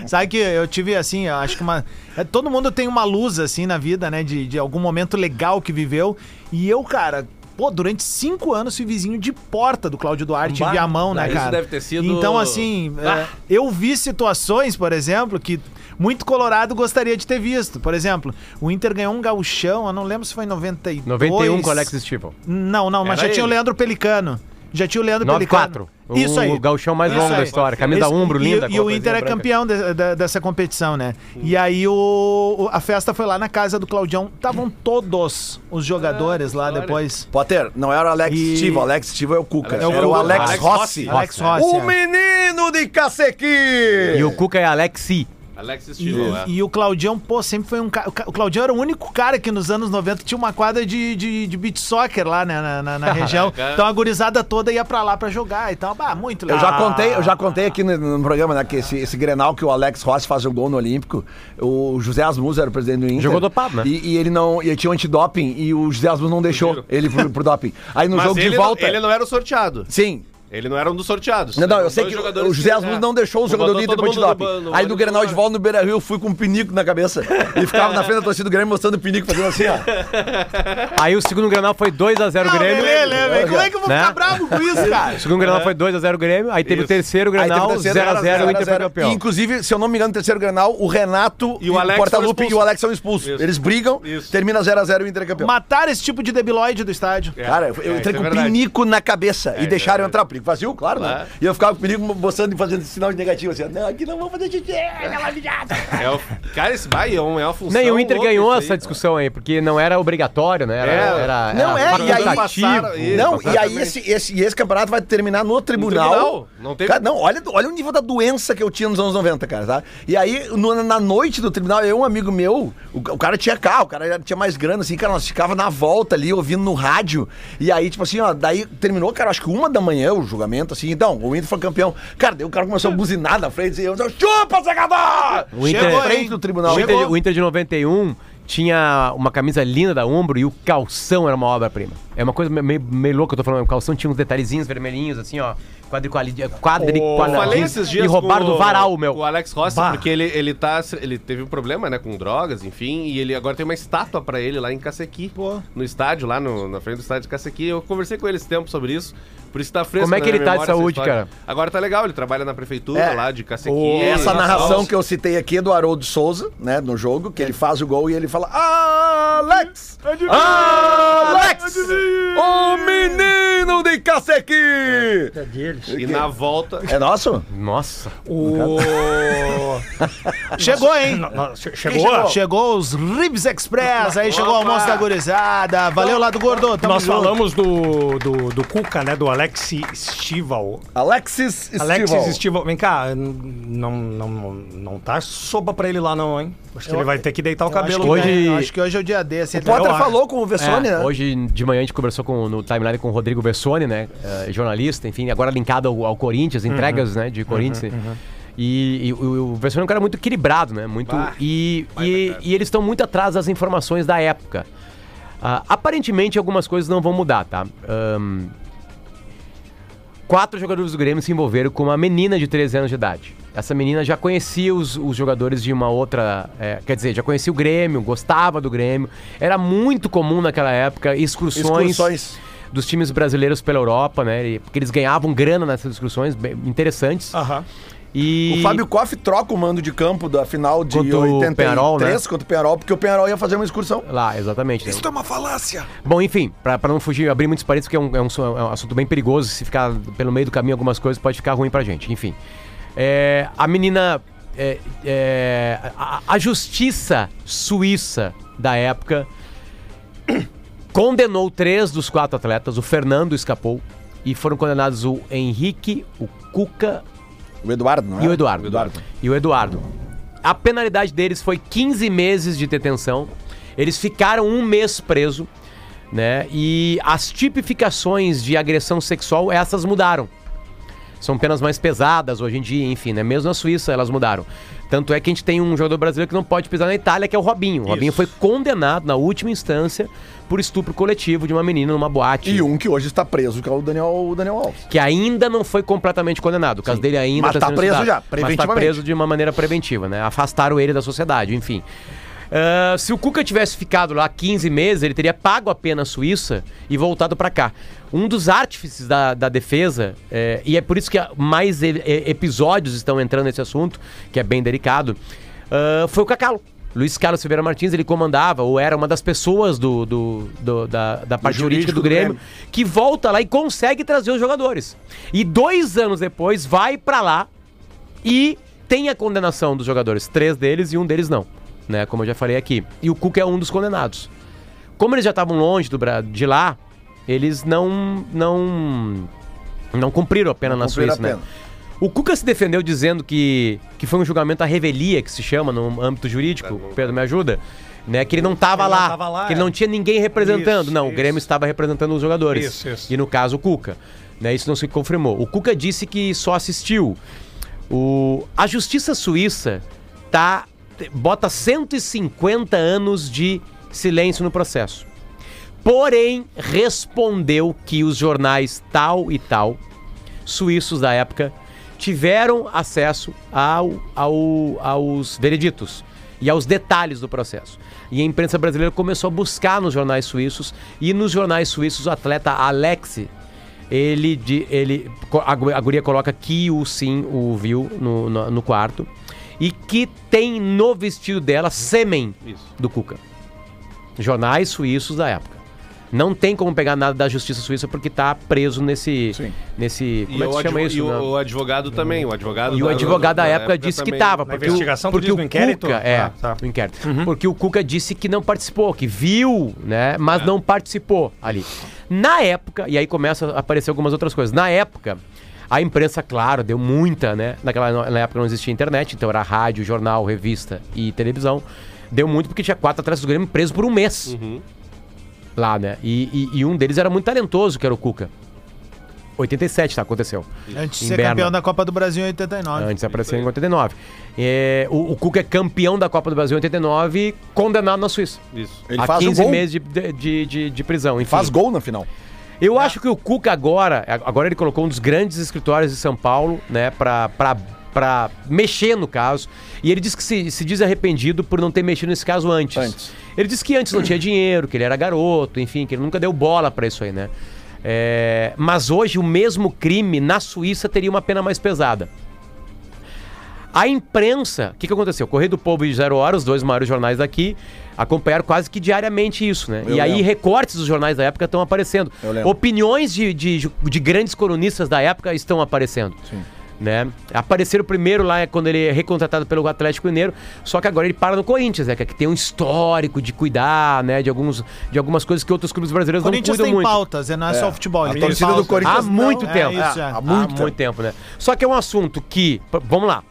Speaker 3: Sabe que eu tive assim, eu acho que uma. é, todo mundo tem uma luz assim na vida, né? De, de algum momento legal que viveu. E eu, cara. Pô, durante cinco anos fui vizinho de porta do Cláudio Duarte
Speaker 6: Bah,
Speaker 3: via mão, né,
Speaker 6: isso
Speaker 3: cara?
Speaker 6: deve ter sido-
Speaker 3: Então, assim, é,
Speaker 6: Ah.
Speaker 3: eu vi situações, por exemplo, que muito colorado gostaria de ter visto. Por exemplo, o Inter ganhou um gauchão, eu não lembro se foi em 92.
Speaker 5: 91 com o Alexis Stival.
Speaker 3: Não, não, mas
Speaker 5: Era
Speaker 3: já tinha o
Speaker 5: ele.
Speaker 3: Leandro Pelicano. Já tinha o Leandro
Speaker 5: 9-4.
Speaker 3: Pelicano. Isso aí.
Speaker 5: O gauchão mais
Speaker 3: É Isso
Speaker 5: longo da
Speaker 3: aí.
Speaker 5: história. Camisa
Speaker 3: Esse-
Speaker 5: ombro,
Speaker 3: e-
Speaker 5: linda.
Speaker 3: E,
Speaker 5: com
Speaker 3: o
Speaker 5: a
Speaker 3: Inter é
Speaker 5: coisinha branca.
Speaker 3: campeão de- da- dessa competição, né? E aí o, o- a festa foi lá na casa do Claudião. Estavam todos os jogadores lá depois.
Speaker 1: Potter, não era o Alex
Speaker 3: E-
Speaker 1: Stivo, o Alex Stivo é o Cuca.
Speaker 3: É o
Speaker 1: era o
Speaker 3: Cuca.
Speaker 1: Alex,
Speaker 3: Alex
Speaker 1: Rossi.
Speaker 3: Rossi. Alex Rossi,
Speaker 1: O
Speaker 5: um
Speaker 3: é.
Speaker 1: menino de cacequi!
Speaker 5: E o Cuca é Alexi.
Speaker 6: Alexis
Speaker 3: E,
Speaker 6: Tilo, é.
Speaker 3: e o Claudião, pô, sempre foi um cara. O Ca- o Claudião era o único cara que nos anos 90 tinha uma quadra de, de, de beach soccer lá né, na, na- na região.
Speaker 1: Caraca.
Speaker 3: Então a gurizada toda ia pra lá pra jogar e tal. Bah, muito legal. Ah,
Speaker 1: Eu já
Speaker 6: Ah.
Speaker 1: contei, eu já contei aqui no, no programa, né, que esse, esse Grenal que o Alex Rossi faz um gol no Olímpico, o José Asmus era o presidente do Inter.
Speaker 5: Jogou dopado, né?
Speaker 1: E, e ele não, e ele tinha um antidoping e o José Asmus não deixou ele pro, pro doping. Aí no
Speaker 6: Mas
Speaker 1: jogo
Speaker 6: ele
Speaker 1: de
Speaker 6: não-
Speaker 1: volta.
Speaker 6: ele não era o sorteado.
Speaker 1: Sim.
Speaker 6: Ele não era um dos sorteados.
Speaker 1: Não, não,
Speaker 6: Eram
Speaker 1: eu sei
Speaker 6: dois
Speaker 1: que o
Speaker 6: jogadores
Speaker 1: o José Asmus
Speaker 6: é.
Speaker 1: não deixou os
Speaker 6: Botou
Speaker 1: jogadores do Inter
Speaker 6: todo
Speaker 1: pro
Speaker 6: mundo
Speaker 1: antidoping.
Speaker 6: no ban- no
Speaker 1: Aí
Speaker 6: ônibus.
Speaker 1: no Grenal de volta no Beira Rio eu fui com um pinico na cabeça. E ficava na frente da torcida do Grêmio mostrando o pinico, fazendo assim, ó.
Speaker 5: Aí o segundo Granal foi 2x0 o
Speaker 3: Não,
Speaker 5: Grêmio.
Speaker 3: Lelê, velho, como é que eu vou
Speaker 5: Né?
Speaker 3: ficar bravo com isso, cara?
Speaker 5: O segundo Granal foi 2x0 o Grêmio. Aí teve o
Speaker 1: Isso.
Speaker 5: terceiro
Speaker 1: Aí teve
Speaker 5: Grenal,
Speaker 1: o terceiro,
Speaker 5: 0x0 o Inter foi
Speaker 1: 0x0.
Speaker 5: campeão.
Speaker 1: E, inclusive, se eu não me engano, no terceiro Grenal, o Renato
Speaker 6: E o Alex
Speaker 1: Portaluppi
Speaker 6: foram
Speaker 1: e o Alex são expulsos.
Speaker 6: Isso.
Speaker 1: Eles brigam,
Speaker 6: Isso.
Speaker 1: termina 0x0 o Inter é campeão.
Speaker 3: Mataram esse tipo de debilóide do estádio.
Speaker 1: Cara, eu, eu entrei
Speaker 6: É, isso é
Speaker 1: com o
Speaker 6: verdade.
Speaker 1: pinico na cabeça
Speaker 6: isso
Speaker 1: e
Speaker 6: é
Speaker 1: deixaram eu
Speaker 6: verdade.
Speaker 1: entrar. Pinico vazio, claro, né?
Speaker 6: Claro.
Speaker 1: E eu ficava com o pinico mostrando e fazendo sinal de negativo, assim, não, aqui não vamos fazer xixi, aquela viada.
Speaker 6: É o- Cara, esse vai é um- é uma função.
Speaker 5: Não, e o Inter
Speaker 6: louca
Speaker 5: ganhou
Speaker 6: isso aí,
Speaker 5: essa discussão aí, porque não era obrigatório, né? Era,
Speaker 6: É.
Speaker 5: era-
Speaker 1: Não,
Speaker 5: era
Speaker 1: é, e aí-
Speaker 5: facultativo.
Speaker 1: Não, e aí esse, esse, e esse campeonato vai terminar no tribunal.
Speaker 6: tribunal, não teve-
Speaker 1: Cara, não, olha, olha o nível da doença que eu tinha nos anos 90, cara, tá? E aí, no- na noite do tribunal, eu e um amigo meu, o, o cara tinha carro, o cara já tinha mais grana, assim, cara, nós ficava na volta ali, ouvindo no rádio. E aí, tipo assim, ó, daí terminou, cara, acho que uma da manhã o julgamento, assim, então, o Inter foi campeão. Cara, daí o cara começou a buzinar na frente e eu, chupa, secador!
Speaker 5: O Inter- é
Speaker 1: na é frente do tribunal.
Speaker 5: O Inter, o Inter de 91 tinha uma camisa linda da Umbro e o calção era uma obra-prima. É uma coisa me- meio, meio louca que eu tô falando. O calção tinha uns detalhezinhos vermelhinhos, assim, ó. Quadriquali...
Speaker 6: Eu falei esses
Speaker 5: Quadriqualadinhos.
Speaker 6: dias
Speaker 5: E roubaram
Speaker 6: com
Speaker 5: do
Speaker 6: o-
Speaker 5: varal, meu.
Speaker 6: com O Alex Rossi,
Speaker 5: Bah.
Speaker 6: porque ele, ele tá. Ele teve um problema, né, com drogas, enfim, e ele agora tem uma estátua pra ele lá em Cacequi. No estádio, lá no- na frente do estádio de Cacequi. Eu conversei com ele esse tempo sobre isso. Por isso tá fresco.
Speaker 5: Como é que
Speaker 6: na
Speaker 5: ele tá de
Speaker 6: memória essa
Speaker 5: saúde,
Speaker 6: história.
Speaker 5: cara?
Speaker 6: Agora tá legal, ele trabalha na prefeitura
Speaker 1: É.
Speaker 6: lá de Cacequi. tá
Speaker 1: E essa
Speaker 6: Nossa,
Speaker 1: narração
Speaker 6: nossa.
Speaker 1: que eu citei aqui é do Haroldo Souza, né, no jogo, que ele faz o gol e ele fala: Alex! Alex! O menino de cacequi!
Speaker 4: É deles.
Speaker 6: E na volta.
Speaker 1: É nosso?
Speaker 5: Nossa.
Speaker 4: O...
Speaker 3: Chegou, hein?
Speaker 4: No- no- che-
Speaker 3: Quem
Speaker 4: Chegou?
Speaker 3: Chegou? Chegou os Ribs Express, aí chegou o almoço da gurizada. Valeu, Lado Gordo. Tamo
Speaker 4: Nós
Speaker 3: junto.
Speaker 4: falamos do, do, do Cuca, né? Do Alex Stival.
Speaker 1: Alexis
Speaker 4: Alexis
Speaker 1: Stival.
Speaker 4: Stival. Vem cá, n- não, não, não, não tá sopa pra ele lá, não, hein? Acho que
Speaker 3: Eu-
Speaker 4: ele vai ter que deitar o
Speaker 3: Eu acho
Speaker 4: cabelo.
Speaker 3: que
Speaker 5: hoje-
Speaker 3: ganha- eu Acho que hoje é o dia D. Assim,
Speaker 1: O Potter
Speaker 4: Eu acho.
Speaker 1: falou com o Vessone,
Speaker 5: É,
Speaker 1: né?
Speaker 5: Hoje de manhã a gente conversou com, no timeline com o É,
Speaker 1: Uhum.
Speaker 5: Rodrigo Bessoni, né? eh, jornalista, enfim, agora linkado ao, ao Corinthians, entregas né, de Corinthians. E, e o, o Verstappen é um cara muito equilibrado, né? Muito, e, e, e eles estão muito atrás das informações da época. Ah, aparentemente, algumas coisas não vão mudar, tá? Ahn, quatro jogadores do Grêmio se envolveram com uma menina de 13 anos de idade. Essa menina já conhecia os, os jogadores de uma outra. é, quer dizer, já conhecia o Grêmio, gostava do Grêmio. Era muito comum naquela época excursões,
Speaker 1: Excursões.
Speaker 5: dos times brasileiros pela Europa, né? E- Porque eles ganhavam grana nessas excursões bem interessantes. E...
Speaker 1: O Fábio Koff troca o mando de campo da final de
Speaker 5: Contra o
Speaker 1: 83
Speaker 5: Penharol, né?
Speaker 1: contra o Penharol, porque o Penharol ia fazer uma excursão.
Speaker 5: Lá, exatamente. né?
Speaker 1: Isso é uma falácia.
Speaker 5: Bom, enfim, pra, pra não fugir, abrir muitos parênteses, porque é um, é, um, su- é um assunto bem perigoso. Se ficar pelo meio do caminho algumas coisas, pode ficar ruim pra gente. Enfim. É, a menina. é, é, a, a justiça suíça da época condenou três dos quatro atletas. O Fernando escapou. E foram condenados o Henrique, o Cuca
Speaker 1: O Eduardo, não é?
Speaker 5: e o Eduardo. E o Eduardo. A penalidade deles foi 15 meses de detenção. Eles ficaram um mês preso, né? E as tipificações de agressão sexual, essas mudaram. São penas mais pesadas hoje em dia, enfim, né? Mesmo na Suíça elas mudaram. Tanto é que a gente tem um jogador brasileiro que não pode pisar na Itália, que é o Robinho. O Robinho foi condenado na última instância por estupro coletivo de uma menina numa boate.
Speaker 1: E um que hoje está preso, que é o Daniel, o Daniel Alves.
Speaker 5: Que ainda não foi completamente condenado. O caso dele ainda
Speaker 1: Mas tá
Speaker 5: sendo
Speaker 1: preso
Speaker 5: estudado.
Speaker 1: já,
Speaker 5: Mas tá
Speaker 1: preventivamente.
Speaker 5: preso de uma maneira preventiva, né? Afastaram ele da sociedade, enfim. Ah, se o Cuca tivesse ficado lá 15 meses, ele teria pago a pena suíça e voltado pra cá. Um dos artífices da, da defesa, eh, e é por isso que a- mais e- e- episódios estão entrando nesse assunto, que é bem delicado, ah, foi o Cacalo. Luiz Carlos Silveira Martins, ele comandava, ou era uma das pessoas do, do- do- da, da parte jurídica do Grêmio, que volta lá e consegue trazer os jogadores. E dois anos depois, vai pra lá e tem a condenação dos jogadores, três deles e um deles não, né? Como eu já falei aqui. E o Cuca é um dos condenados. Como eles já estavam longe do Bra- de lá, eles não não não cumpriram a pena na
Speaker 1: cumpriram
Speaker 5: Suíça,
Speaker 1: a
Speaker 5: né?
Speaker 1: pena.
Speaker 5: O Cuca se defendeu dizendo que, que foi um julgamento à revelia, que se chama no âmbito jurídico, Pedro me ajuda, né? Que ele não estava
Speaker 4: É, Ele não
Speaker 5: lá,
Speaker 4: tava lá,
Speaker 5: que ele
Speaker 4: é.
Speaker 5: não tinha ninguém representando.
Speaker 4: Isso,
Speaker 5: não, o
Speaker 4: isso.
Speaker 5: Grêmio estava representando os jogadores.
Speaker 4: Isso, isso.
Speaker 5: E no caso o Cuca. Né? Isso não se confirmou. O Cuca disse que só assistiu. O... A justiça suíça tá te- bota 150 anos de silêncio no processo. Porém, respondeu que os jornais tal e tal, suíços da época, tiveram acesso ao, ao- aos vereditos e aos detalhes do processo. E a imprensa brasileira começou a buscar nos jornais suíços e nos jornais suíços o atleta Alexi ele, de- ele co- a gu- a guria coloca que o sim o viu no, no, no quarto e que tem no vestido dela sêmen do Cuca. Jornais suíços da época. Não tem como pegar nada da justiça suíça porque tá preso nesse nesse como
Speaker 6: E,
Speaker 5: é que
Speaker 6: o,
Speaker 5: se chama
Speaker 6: advo-
Speaker 5: isso?
Speaker 6: e
Speaker 5: né?
Speaker 6: o, o advogado também, o advogado
Speaker 5: E o
Speaker 6: da-
Speaker 5: advogado da, época, disse que
Speaker 6: também.
Speaker 5: tava. Porque
Speaker 4: investigação,
Speaker 5: o,
Speaker 4: tu
Speaker 5: porque
Speaker 4: diz,
Speaker 5: o
Speaker 4: no inquérito?
Speaker 5: Cuca, é,
Speaker 4: Ah, tá.
Speaker 5: no inquérito. Porque o Cuca disse que não participou, que viu, né, mas não participou ali. Na época, e aí começa a aparecer algumas outras coisas. Na época, a imprensa, claro, deu muita, né? Naquela na época não existia internet, então era rádio, jornal, revista e televisão. Deu muito porque tinha quatro atletas do Grêmio preso por um mês lá, né? E, e- e um deles era muito talentoso, que era o Cuca. 87, tá? Aconteceu.
Speaker 3: Antes de
Speaker 5: Em
Speaker 3: ser
Speaker 5: Berna.
Speaker 3: campeão da Copa do Brasil em 89.
Speaker 5: Antes apareceu em 89. É, o, o Cuca é campeão da Copa do Brasil em 89, condenado na Suíça.
Speaker 6: Isso.
Speaker 1: Ele
Speaker 5: a
Speaker 1: faz um
Speaker 5: 15
Speaker 1: gol.
Speaker 5: meses de, de, de, de prisão. Enfim.
Speaker 1: Faz gol na final.
Speaker 5: Eu acho que o Cuca agora, agora ele colocou um dos grandes escritórios de São Paulo, né, pra, pra, pra mexer no caso. E ele diz que se, se diz arrependido por não ter mexido nesse caso antes.
Speaker 1: Antes.
Speaker 5: Ele disse que antes não tinha dinheiro, que ele era garoto, enfim, que ele nunca deu bola pra isso aí, né. É, mas hoje o mesmo crime na Suíça teria uma pena mais pesada. A imprensa, o que, que aconteceu? Correio do Povo e Zero Hora, os dois maiores jornais daqui, acompanharam quase que diariamente isso, né?
Speaker 1: Eu
Speaker 5: e aí
Speaker 1: lembro.
Speaker 5: recortes dos jornais da época estão aparecendo.
Speaker 1: Eu lembro.
Speaker 5: Opiniões de, de, de grandes colunistas da época estão aparecendo. Né? Apareceram primeiro lá quando ele é recontratado pelo Atlético Mineiro, só que agora ele para no Corinthians, né? Que aqui tem um histórico de cuidar, né? De, alguns, de algumas coisas que outros clubes
Speaker 3: O
Speaker 5: brasileiros não cuidam
Speaker 3: Corinthians tem
Speaker 5: muito.
Speaker 3: pautas, não é, só o futebol.
Speaker 1: A
Speaker 3: ele tem
Speaker 1: torcida do
Speaker 3: pautas.
Speaker 1: Corinthians-
Speaker 5: Há muito
Speaker 3: não,
Speaker 5: tempo.
Speaker 3: é isso, é.
Speaker 5: Há muito, tempo. né? Só que é um assunto que. p- Vamos lá.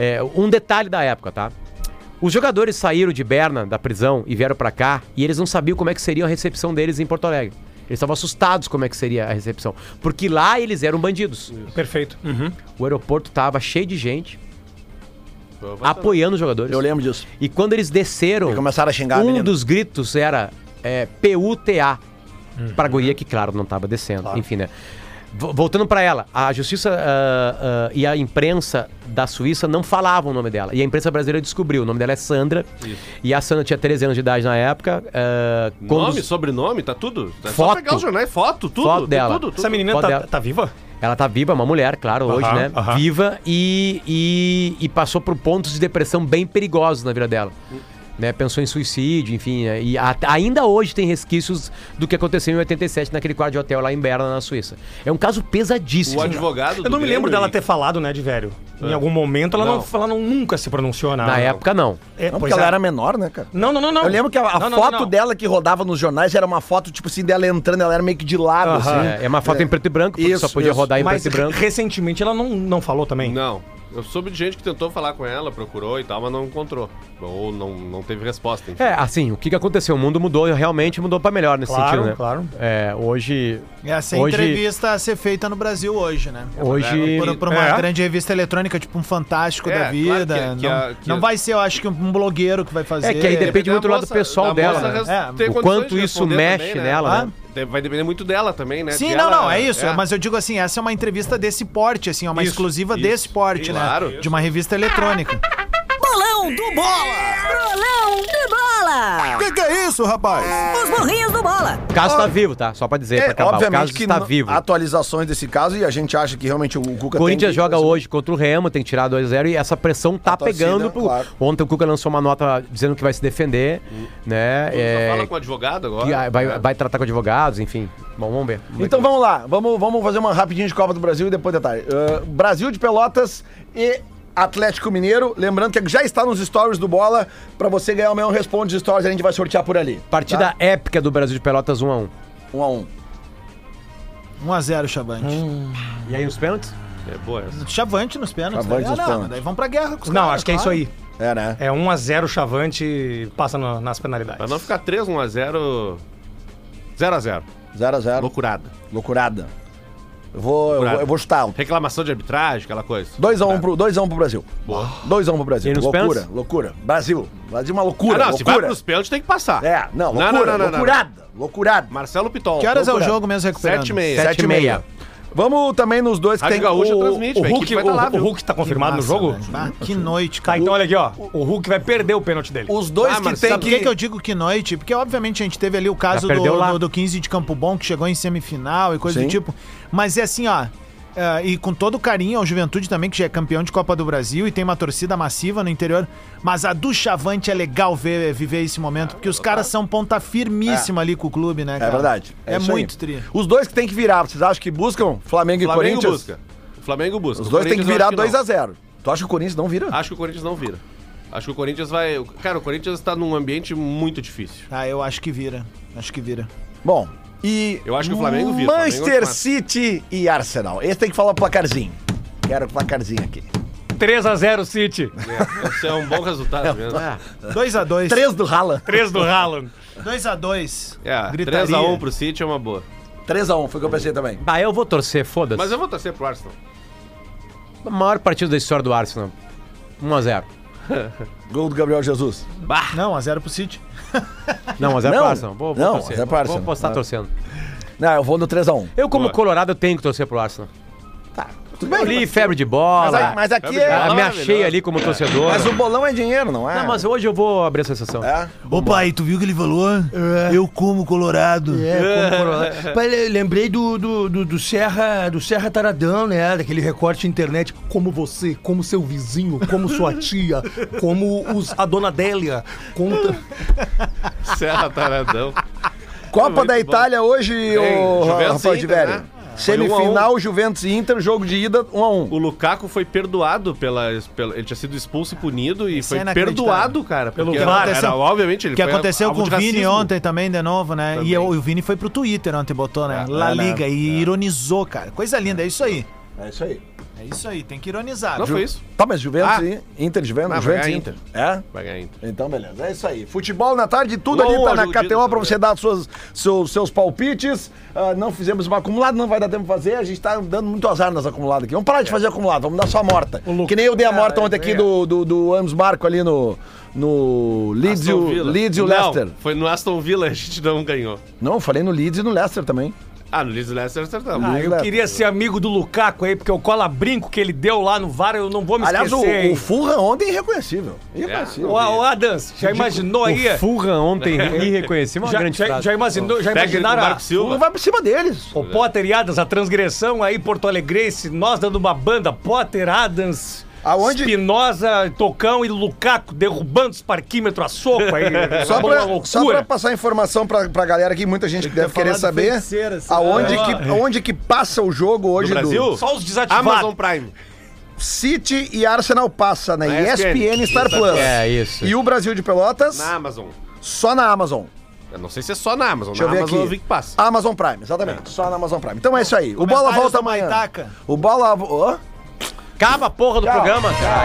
Speaker 5: É, um detalhe da época, tá? Os jogadores saíram de Berna, da prisão, e vieram pra cá, e eles não sabiam como é que seria a recepção deles em Porto Alegre. Eles estavam assustados como é que seria a recepção. Porque lá eles eram bandidos.
Speaker 4: Perfeito.
Speaker 5: O aeroporto tava cheio de gente. apoiando os jogadores.
Speaker 1: Eu lembro disso.
Speaker 5: E quando eles desceram,
Speaker 1: E começaram a xingar a
Speaker 5: um
Speaker 1: menina.
Speaker 5: dos gritos era é, PUTA. Pra guria que, claro, não tava descendo. Enfim, né? Vo- Voltando pra ela, a justiça ah, ah, e a imprensa da Suíça não falavam o nome dela. E a imprensa brasileira descobriu. O nome dela é Sandra. E a Sandra tinha 13 anos de idade na época. ah, quando-
Speaker 6: Nome, sobrenome, tá tudo. É
Speaker 5: Foto.
Speaker 6: só pegar os jornais, foto, tudo.
Speaker 5: Foto
Speaker 6: tem
Speaker 5: dela.
Speaker 6: Tudo, tudo.
Speaker 4: Essa menina
Speaker 5: Foto
Speaker 4: tá,
Speaker 5: dela.
Speaker 4: tá viva?
Speaker 5: Ela tá viva, uma mulher, claro, hoje,
Speaker 4: Aham,
Speaker 5: né?
Speaker 4: aham.
Speaker 5: Viva e, e, e passou por pontos de depressão bem perigosos na vida dela. Né, pensou em suicídio, enfim. né, E a- ainda hoje tem resquícios do que aconteceu em 87 naquele quarto de hotel lá em Berna, na Suíça. É um caso pesadíssimo.
Speaker 6: O advogado.
Speaker 4: Eu não me lembro dela ter falado, né, de velho? Em algum momento ela, não.
Speaker 6: Não.
Speaker 4: ela não- nunca se pronunciou nada.
Speaker 5: Na época, não.
Speaker 4: É,
Speaker 1: Não,
Speaker 4: pois
Speaker 1: porque ela
Speaker 4: é.
Speaker 1: era menor, né, cara?
Speaker 4: Não, não, não, não.
Speaker 1: Eu lembro que a, a
Speaker 4: Não, não,
Speaker 1: foto
Speaker 4: não, não.
Speaker 1: dela que rodava nos jornais era uma foto, tipo assim, dela entrando, ela era meio que de lado, assim.
Speaker 5: É, é uma foto em preto e branco, porque
Speaker 1: Isso,
Speaker 5: só podia
Speaker 1: isso.
Speaker 5: rodar em
Speaker 4: Mas
Speaker 5: preto e branco.
Speaker 4: recentemente ela não, não falou também.
Speaker 6: Não. Eu soube de gente que tentou falar com ela, procurou e tal, mas não encontrou. Ou não, não teve resposta. enfim.
Speaker 5: É, assim, o que que aconteceu? O mundo mudou, realmente mudou pra melhor nesse
Speaker 4: Claro,
Speaker 5: sentido, né?
Speaker 4: claro.
Speaker 5: É, hoje...
Speaker 3: Essa
Speaker 5: hoje,
Speaker 3: entrevista a ser feita no Brasil hoje, né?
Speaker 5: Hoje...
Speaker 3: Por, por uma
Speaker 4: É.
Speaker 3: grande revista eletrônica, tipo um Fantástico
Speaker 6: É,
Speaker 3: da
Speaker 6: claro
Speaker 3: Vida.
Speaker 6: que- que
Speaker 3: não,
Speaker 6: a- que-
Speaker 3: não vai ser, eu acho que um blogueiro que vai fazer.
Speaker 5: É que aí depende
Speaker 6: da
Speaker 5: muito do lado
Speaker 6: moça-
Speaker 5: pessoal
Speaker 6: da
Speaker 5: dela.
Speaker 6: moça
Speaker 5: né?
Speaker 6: res-
Speaker 3: É.
Speaker 6: ter
Speaker 5: O
Speaker 6: condições
Speaker 5: quanto
Speaker 6: de
Speaker 5: isso
Speaker 6: responder
Speaker 5: mexe nela, né?
Speaker 6: Ah. Vai depender muito dela também, né?
Speaker 3: Sim,
Speaker 6: Se
Speaker 3: não,
Speaker 6: ela-
Speaker 3: não, é isso. Mas eu digo assim, essa é uma entrevista desse porte, assim, é uma
Speaker 6: Isso,
Speaker 3: exclusiva
Speaker 6: isso,
Speaker 3: desse porte, né?
Speaker 6: claro.
Speaker 3: De uma revista eletrônica.
Speaker 12: Bolão do Bola! Bolão do Bola!
Speaker 11: Que que é isso, rapaz?
Speaker 12: Os burrinhos do Bola!
Speaker 5: O caso tá vivo, tá? Só pra dizer, pra
Speaker 1: É,
Speaker 5: acabar. O
Speaker 1: obviamente
Speaker 5: caso
Speaker 1: que
Speaker 5: está
Speaker 1: no-
Speaker 5: vivo.
Speaker 1: atualizações desse caso e a gente acha que realmente o Cuca tem
Speaker 5: Corinthians
Speaker 1: que- um
Speaker 5: joga hoje contra o Remo, tem que tirar 2x0 e essa pressão tá
Speaker 1: A torcida,
Speaker 5: pegando. pro-
Speaker 1: claro. Hum.
Speaker 5: Ontem o Cuca lançou uma nota dizendo que vai se defender, né?
Speaker 6: Só
Speaker 5: é,
Speaker 6: fala com o advogado
Speaker 5: que
Speaker 6: agora.
Speaker 5: a- vai,
Speaker 6: né?
Speaker 5: vai tratar com advogados, enfim. Bom, vamos ver.
Speaker 1: Então vamos lá, vamos, vamos fazer uma rapidinha de Copa do Brasil e depois detalhe. Ah, Brasil de Pelotas e Atlético Mineiro. Lembrando que já está nos stories do Bola. Pra você ganhar o meu responde stories, a gente vai sortear por ali.
Speaker 5: Partida
Speaker 1: Tá?
Speaker 5: épica do Brasil de Pelotas 1x1.
Speaker 1: Um a um.
Speaker 3: 1x0, Chavante.
Speaker 1: Hum.
Speaker 5: E aí os pênaltis?
Speaker 6: É boa essa.
Speaker 3: Chavante nos pênaltis.
Speaker 1: Chavante
Speaker 3: né?
Speaker 1: nos
Speaker 3: ah, não,
Speaker 1: pênaltis.
Speaker 3: daí vamos pra guerra com os
Speaker 4: Não,
Speaker 3: caras,
Speaker 4: acho que é isso
Speaker 3: claro.
Speaker 4: aí.
Speaker 1: É, né?
Speaker 4: É 1x0 Chavante e passa no- nas penalidades.
Speaker 6: Pra não ficar 3, 1 a 0 0 a 0
Speaker 1: 0 a 0
Speaker 6: Loucurada.
Speaker 1: Loucurada. Eu vou, eu
Speaker 6: Loucurada.
Speaker 1: vou, eu vou chutar.
Speaker 6: Reclamação de arbitragem, aquela coisa.
Speaker 1: 2x1 um pro, dois a um pro Brasil. 2x1 um pro Brasil.
Speaker 5: E nos
Speaker 1: Loucura,
Speaker 5: pênaltis?
Speaker 1: loucura. Brasil. Brasil é uma
Speaker 6: Ah,
Speaker 1: loucura.
Speaker 6: não, se vai
Speaker 1: loucura.
Speaker 6: pros pênaltis tem que passar.
Speaker 1: É, não,
Speaker 6: Não,
Speaker 1: loucura,
Speaker 6: não, não, não, não.
Speaker 1: loucurada, loucurada.
Speaker 6: Marcelo Pitol.
Speaker 3: Que horas é o
Speaker 1: Loucura.
Speaker 3: jogo mesmo recuperando?
Speaker 6: 7 e meia.
Speaker 5: 7 e meia.
Speaker 1: Vamos também nos dois que
Speaker 6: Rádio
Speaker 1: tem
Speaker 6: Gaúcha
Speaker 1: o-
Speaker 6: transmite,
Speaker 4: O
Speaker 6: velho.
Speaker 4: Hulk,
Speaker 6: vai tá
Speaker 4: o-
Speaker 6: lá,
Speaker 4: o
Speaker 6: viu?
Speaker 4: Hulk tá confirmado
Speaker 3: Massa,
Speaker 4: no jogo?
Speaker 3: velho. Ah, que noite,
Speaker 4: Tá,
Speaker 3: cara.
Speaker 4: então olha aqui, ó. O Hulk vai perder o pênalti dele.
Speaker 1: Os dois
Speaker 6: Ah,
Speaker 1: que
Speaker 6: Marcelo,
Speaker 1: tem
Speaker 3: Sabe por que,
Speaker 1: que...
Speaker 3: que eu digo que noite? Porque, obviamente, a gente teve ali o caso do,
Speaker 5: perdeu lá.
Speaker 3: do, do 15 de Campo Bom, que chegou em semifinal e coisa
Speaker 1: Sim.
Speaker 3: do tipo. Mas é assim, ó. é, e com todo carinho ao Juventude também, que já é campeão de Copa do Brasil e tem uma torcida massiva no interior. Mas a do Chavante é legal ver, viver esse momento, porque os caras são ponta firmíssima ali com o clube, né?
Speaker 1: É
Speaker 3: cara?
Speaker 1: verdade.
Speaker 3: É,
Speaker 1: isso aí.
Speaker 3: muito tri.
Speaker 1: Os dois que tem que virar, vocês acham que buscam Flamengo, e
Speaker 6: Flamengo
Speaker 1: Corinthians?
Speaker 6: busca. O Flamengo busca.
Speaker 1: Os
Speaker 6: O
Speaker 1: dois tem que
Speaker 6: Corinthians eu
Speaker 1: virar
Speaker 6: acho não. Ah.
Speaker 1: 2x0. Tu acha que o Corinthians não vira?
Speaker 6: Acho que o Corinthians não vira. Acho que o Corinthians vai. Cara, o Corinthians tá num ambiente muito difícil.
Speaker 3: Ah, eu acho que vira. Acho que vira.
Speaker 1: Bom, e...
Speaker 6: Eu acho que o Flamengo vira, o Flamengo
Speaker 1: Manchester
Speaker 6: é o que
Speaker 1: City e Arsenal. Esse tem que falar o placarzinho. Quero o placarzinho aqui.
Speaker 4: 3x0 City.
Speaker 6: Isso é um bom resultado mesmo.
Speaker 3: 2x2.
Speaker 1: 3 do Haaland.
Speaker 4: 3 do Haaland.
Speaker 3: 2x2.
Speaker 6: É, 3x1 pro City é uma boa.
Speaker 1: 3x1, foi o que eu pensei também.
Speaker 5: Bah, Ah, eu vou torcer, foda-se.
Speaker 6: Mas eu vou torcer pro Arsenal.
Speaker 5: A maior partida da história do Arsenal. 1x0.
Speaker 1: Gol do Gabriel Jesus.
Speaker 3: Não, a 0 pro City.
Speaker 5: Não, 1x0 pro
Speaker 1: Não.
Speaker 5: Arsenal. Vou, vou
Speaker 1: Não,
Speaker 5: torcer.
Speaker 1: 1 a 0 pro Arsenal.
Speaker 5: Vou postar
Speaker 1: Ah.
Speaker 5: torcendo.
Speaker 1: Não, eu vou no 3x1.
Speaker 5: Eu, como
Speaker 6: Boa.
Speaker 5: colorado, eu tenho que torcer pro Arsenal.
Speaker 1: Tudo
Speaker 5: Eu li febre de bola.
Speaker 1: Mas, a- mas aqui
Speaker 6: Gabriel.
Speaker 1: é...
Speaker 5: Ah, me
Speaker 6: Maravilhoso.
Speaker 5: achei ali como torcedor.
Speaker 1: Mas o bolão é dinheiro, não é?
Speaker 5: Não, mas hoje eu vou abrir essa sessão.
Speaker 1: É?
Speaker 3: Ô pai, tu viu o que ele falou? Eu como colorado.
Speaker 7: É, como Coronado. Pai, le- lembrei do, do, do, do Serra do Serra Taradão, né? Daquele recorte de internet. Como você, como seu vizinho, como sua tia, como os, a dona Délia. Conta.
Speaker 6: Serra tá Taradão.
Speaker 1: Copa
Speaker 6: Muito
Speaker 1: da
Speaker 6: é bom.
Speaker 1: Itália hoje,
Speaker 6: Tem,
Speaker 1: o
Speaker 6: Juventus
Speaker 1: Rafael
Speaker 6: e
Speaker 1: de
Speaker 6: Inter,
Speaker 1: Velho.
Speaker 6: né? Foi um a um.
Speaker 1: Semifinal, Juventus e Inter, jogo de ida 1x1.
Speaker 6: O Lukaku foi perdoado pela, pela- Ele tinha sido expulso e punido e
Speaker 3: Isso é
Speaker 6: foi
Speaker 3: inacreditável.
Speaker 6: perdoado, cara. Pelo
Speaker 3: Que aconteceu-
Speaker 6: obviamente, ele
Speaker 3: que
Speaker 6: foi
Speaker 3: aconteceu
Speaker 6: alvo
Speaker 3: com o
Speaker 6: de
Speaker 3: Vini
Speaker 6: racismo.
Speaker 3: ontem também, de novo, né? E
Speaker 6: Também. Ah,
Speaker 3: o, o Vini foi pro Twitter ontem, botou, né? La
Speaker 1: é, né?
Speaker 3: Liga e ironizou, cara. Coisa linda, é isso aí.
Speaker 1: É isso aí.
Speaker 3: É isso aí, tem que ironizar.
Speaker 6: Não
Speaker 3: viu?
Speaker 6: foi isso.
Speaker 1: Tá, mas Juventus
Speaker 6: Ah.
Speaker 1: e Inter, Juventus,
Speaker 6: Ah, vai
Speaker 1: Juventus e
Speaker 6: ganhar
Speaker 1: Inter.
Speaker 6: Inter.
Speaker 1: É?
Speaker 6: Vai ganhar Inter.
Speaker 1: Então, beleza, é isso aí. Futebol na tarde, tudo
Speaker 6: Um a
Speaker 1: ali
Speaker 6: um,
Speaker 1: tá na
Speaker 6: Gil Dias,
Speaker 1: KTO pra você dar suas, seus, seus palpites. Ah, não fizemos uma acumulada, não vai dar tempo de fazer. A gente tá dando muito azar nas acumuladas aqui. Vamos parar de fazer acumulado, vamos dar só a morta. Que nem eu dei a morta ontem aqui do, do, do Ames Marco ali no, no Leeds, e
Speaker 6: Aston
Speaker 1: o-
Speaker 6: Villa.
Speaker 1: Leeds e o
Speaker 6: Não,
Speaker 1: Leicester.
Speaker 6: Foi no Aston Villa, a gente não ganhou.
Speaker 1: Não, eu falei no Leeds e no Leicester também.
Speaker 6: Ah, no Leeds e Leicester acertamos.
Speaker 4: Ah, eu
Speaker 1: Leicester.
Speaker 4: queria ser amigo do Lukaku aí, porque o cola brinco que ele deu lá no VAR, eu não vou me
Speaker 1: Aliás, o,
Speaker 4: esquecer. hein?
Speaker 1: o Furra ontem é irreconhecível. Irreconhecível.
Speaker 4: o, o Adams, já imaginou aí?
Speaker 5: O Furran ontem irreconhecível, uma
Speaker 4: já,
Speaker 5: grande
Speaker 4: já,
Speaker 5: frase.
Speaker 4: já imaginou, já
Speaker 6: Técnico
Speaker 4: imaginaram a-
Speaker 6: Marco Silva.
Speaker 1: Vai pra cima deles.
Speaker 4: o Potter e Adams, a transgressão aí, Porto Alegrense, nós dando uma banda, Potter, Adams...
Speaker 1: Aonde-
Speaker 4: Espinosa, Tocão e Lukaku derrubando os parquímetros a sopa aí.
Speaker 1: Só
Speaker 4: Uma
Speaker 1: pra,
Speaker 4: loucura.
Speaker 1: só pra passar informação pra, pra galera aqui, muita gente que deve querer
Speaker 9: falado
Speaker 1: saber
Speaker 9: feiticeira, assim,
Speaker 1: aonde,
Speaker 9: né?
Speaker 1: que, aonde que passa o jogo hoje
Speaker 6: No Brasil?
Speaker 1: do
Speaker 4: Só
Speaker 3: Ah,
Speaker 4: os desativados.
Speaker 6: Amazon Prime.
Speaker 1: City e Arsenal passa né? na
Speaker 6: Na
Speaker 1: ESPN Star Plus.
Speaker 5: É, isso.
Speaker 1: E o Brasil de Pelotas
Speaker 6: Na Amazon.
Speaker 1: só na Amazon.
Speaker 6: Eu não sei se é só na Amazon.
Speaker 1: Deixa
Speaker 6: na
Speaker 1: eu ver
Speaker 6: Amazon
Speaker 1: aqui.
Speaker 6: eu vi que passa.
Speaker 1: Amazon Prime, exatamente. Só na Amazon Prime. Então é isso aí. O bola
Speaker 3: Comentários
Speaker 1: volta
Speaker 3: do
Speaker 1: amanhã.
Speaker 3: Maitaca.
Speaker 1: O bola. Hã?
Speaker 5: Acaba a porra do programa, cara.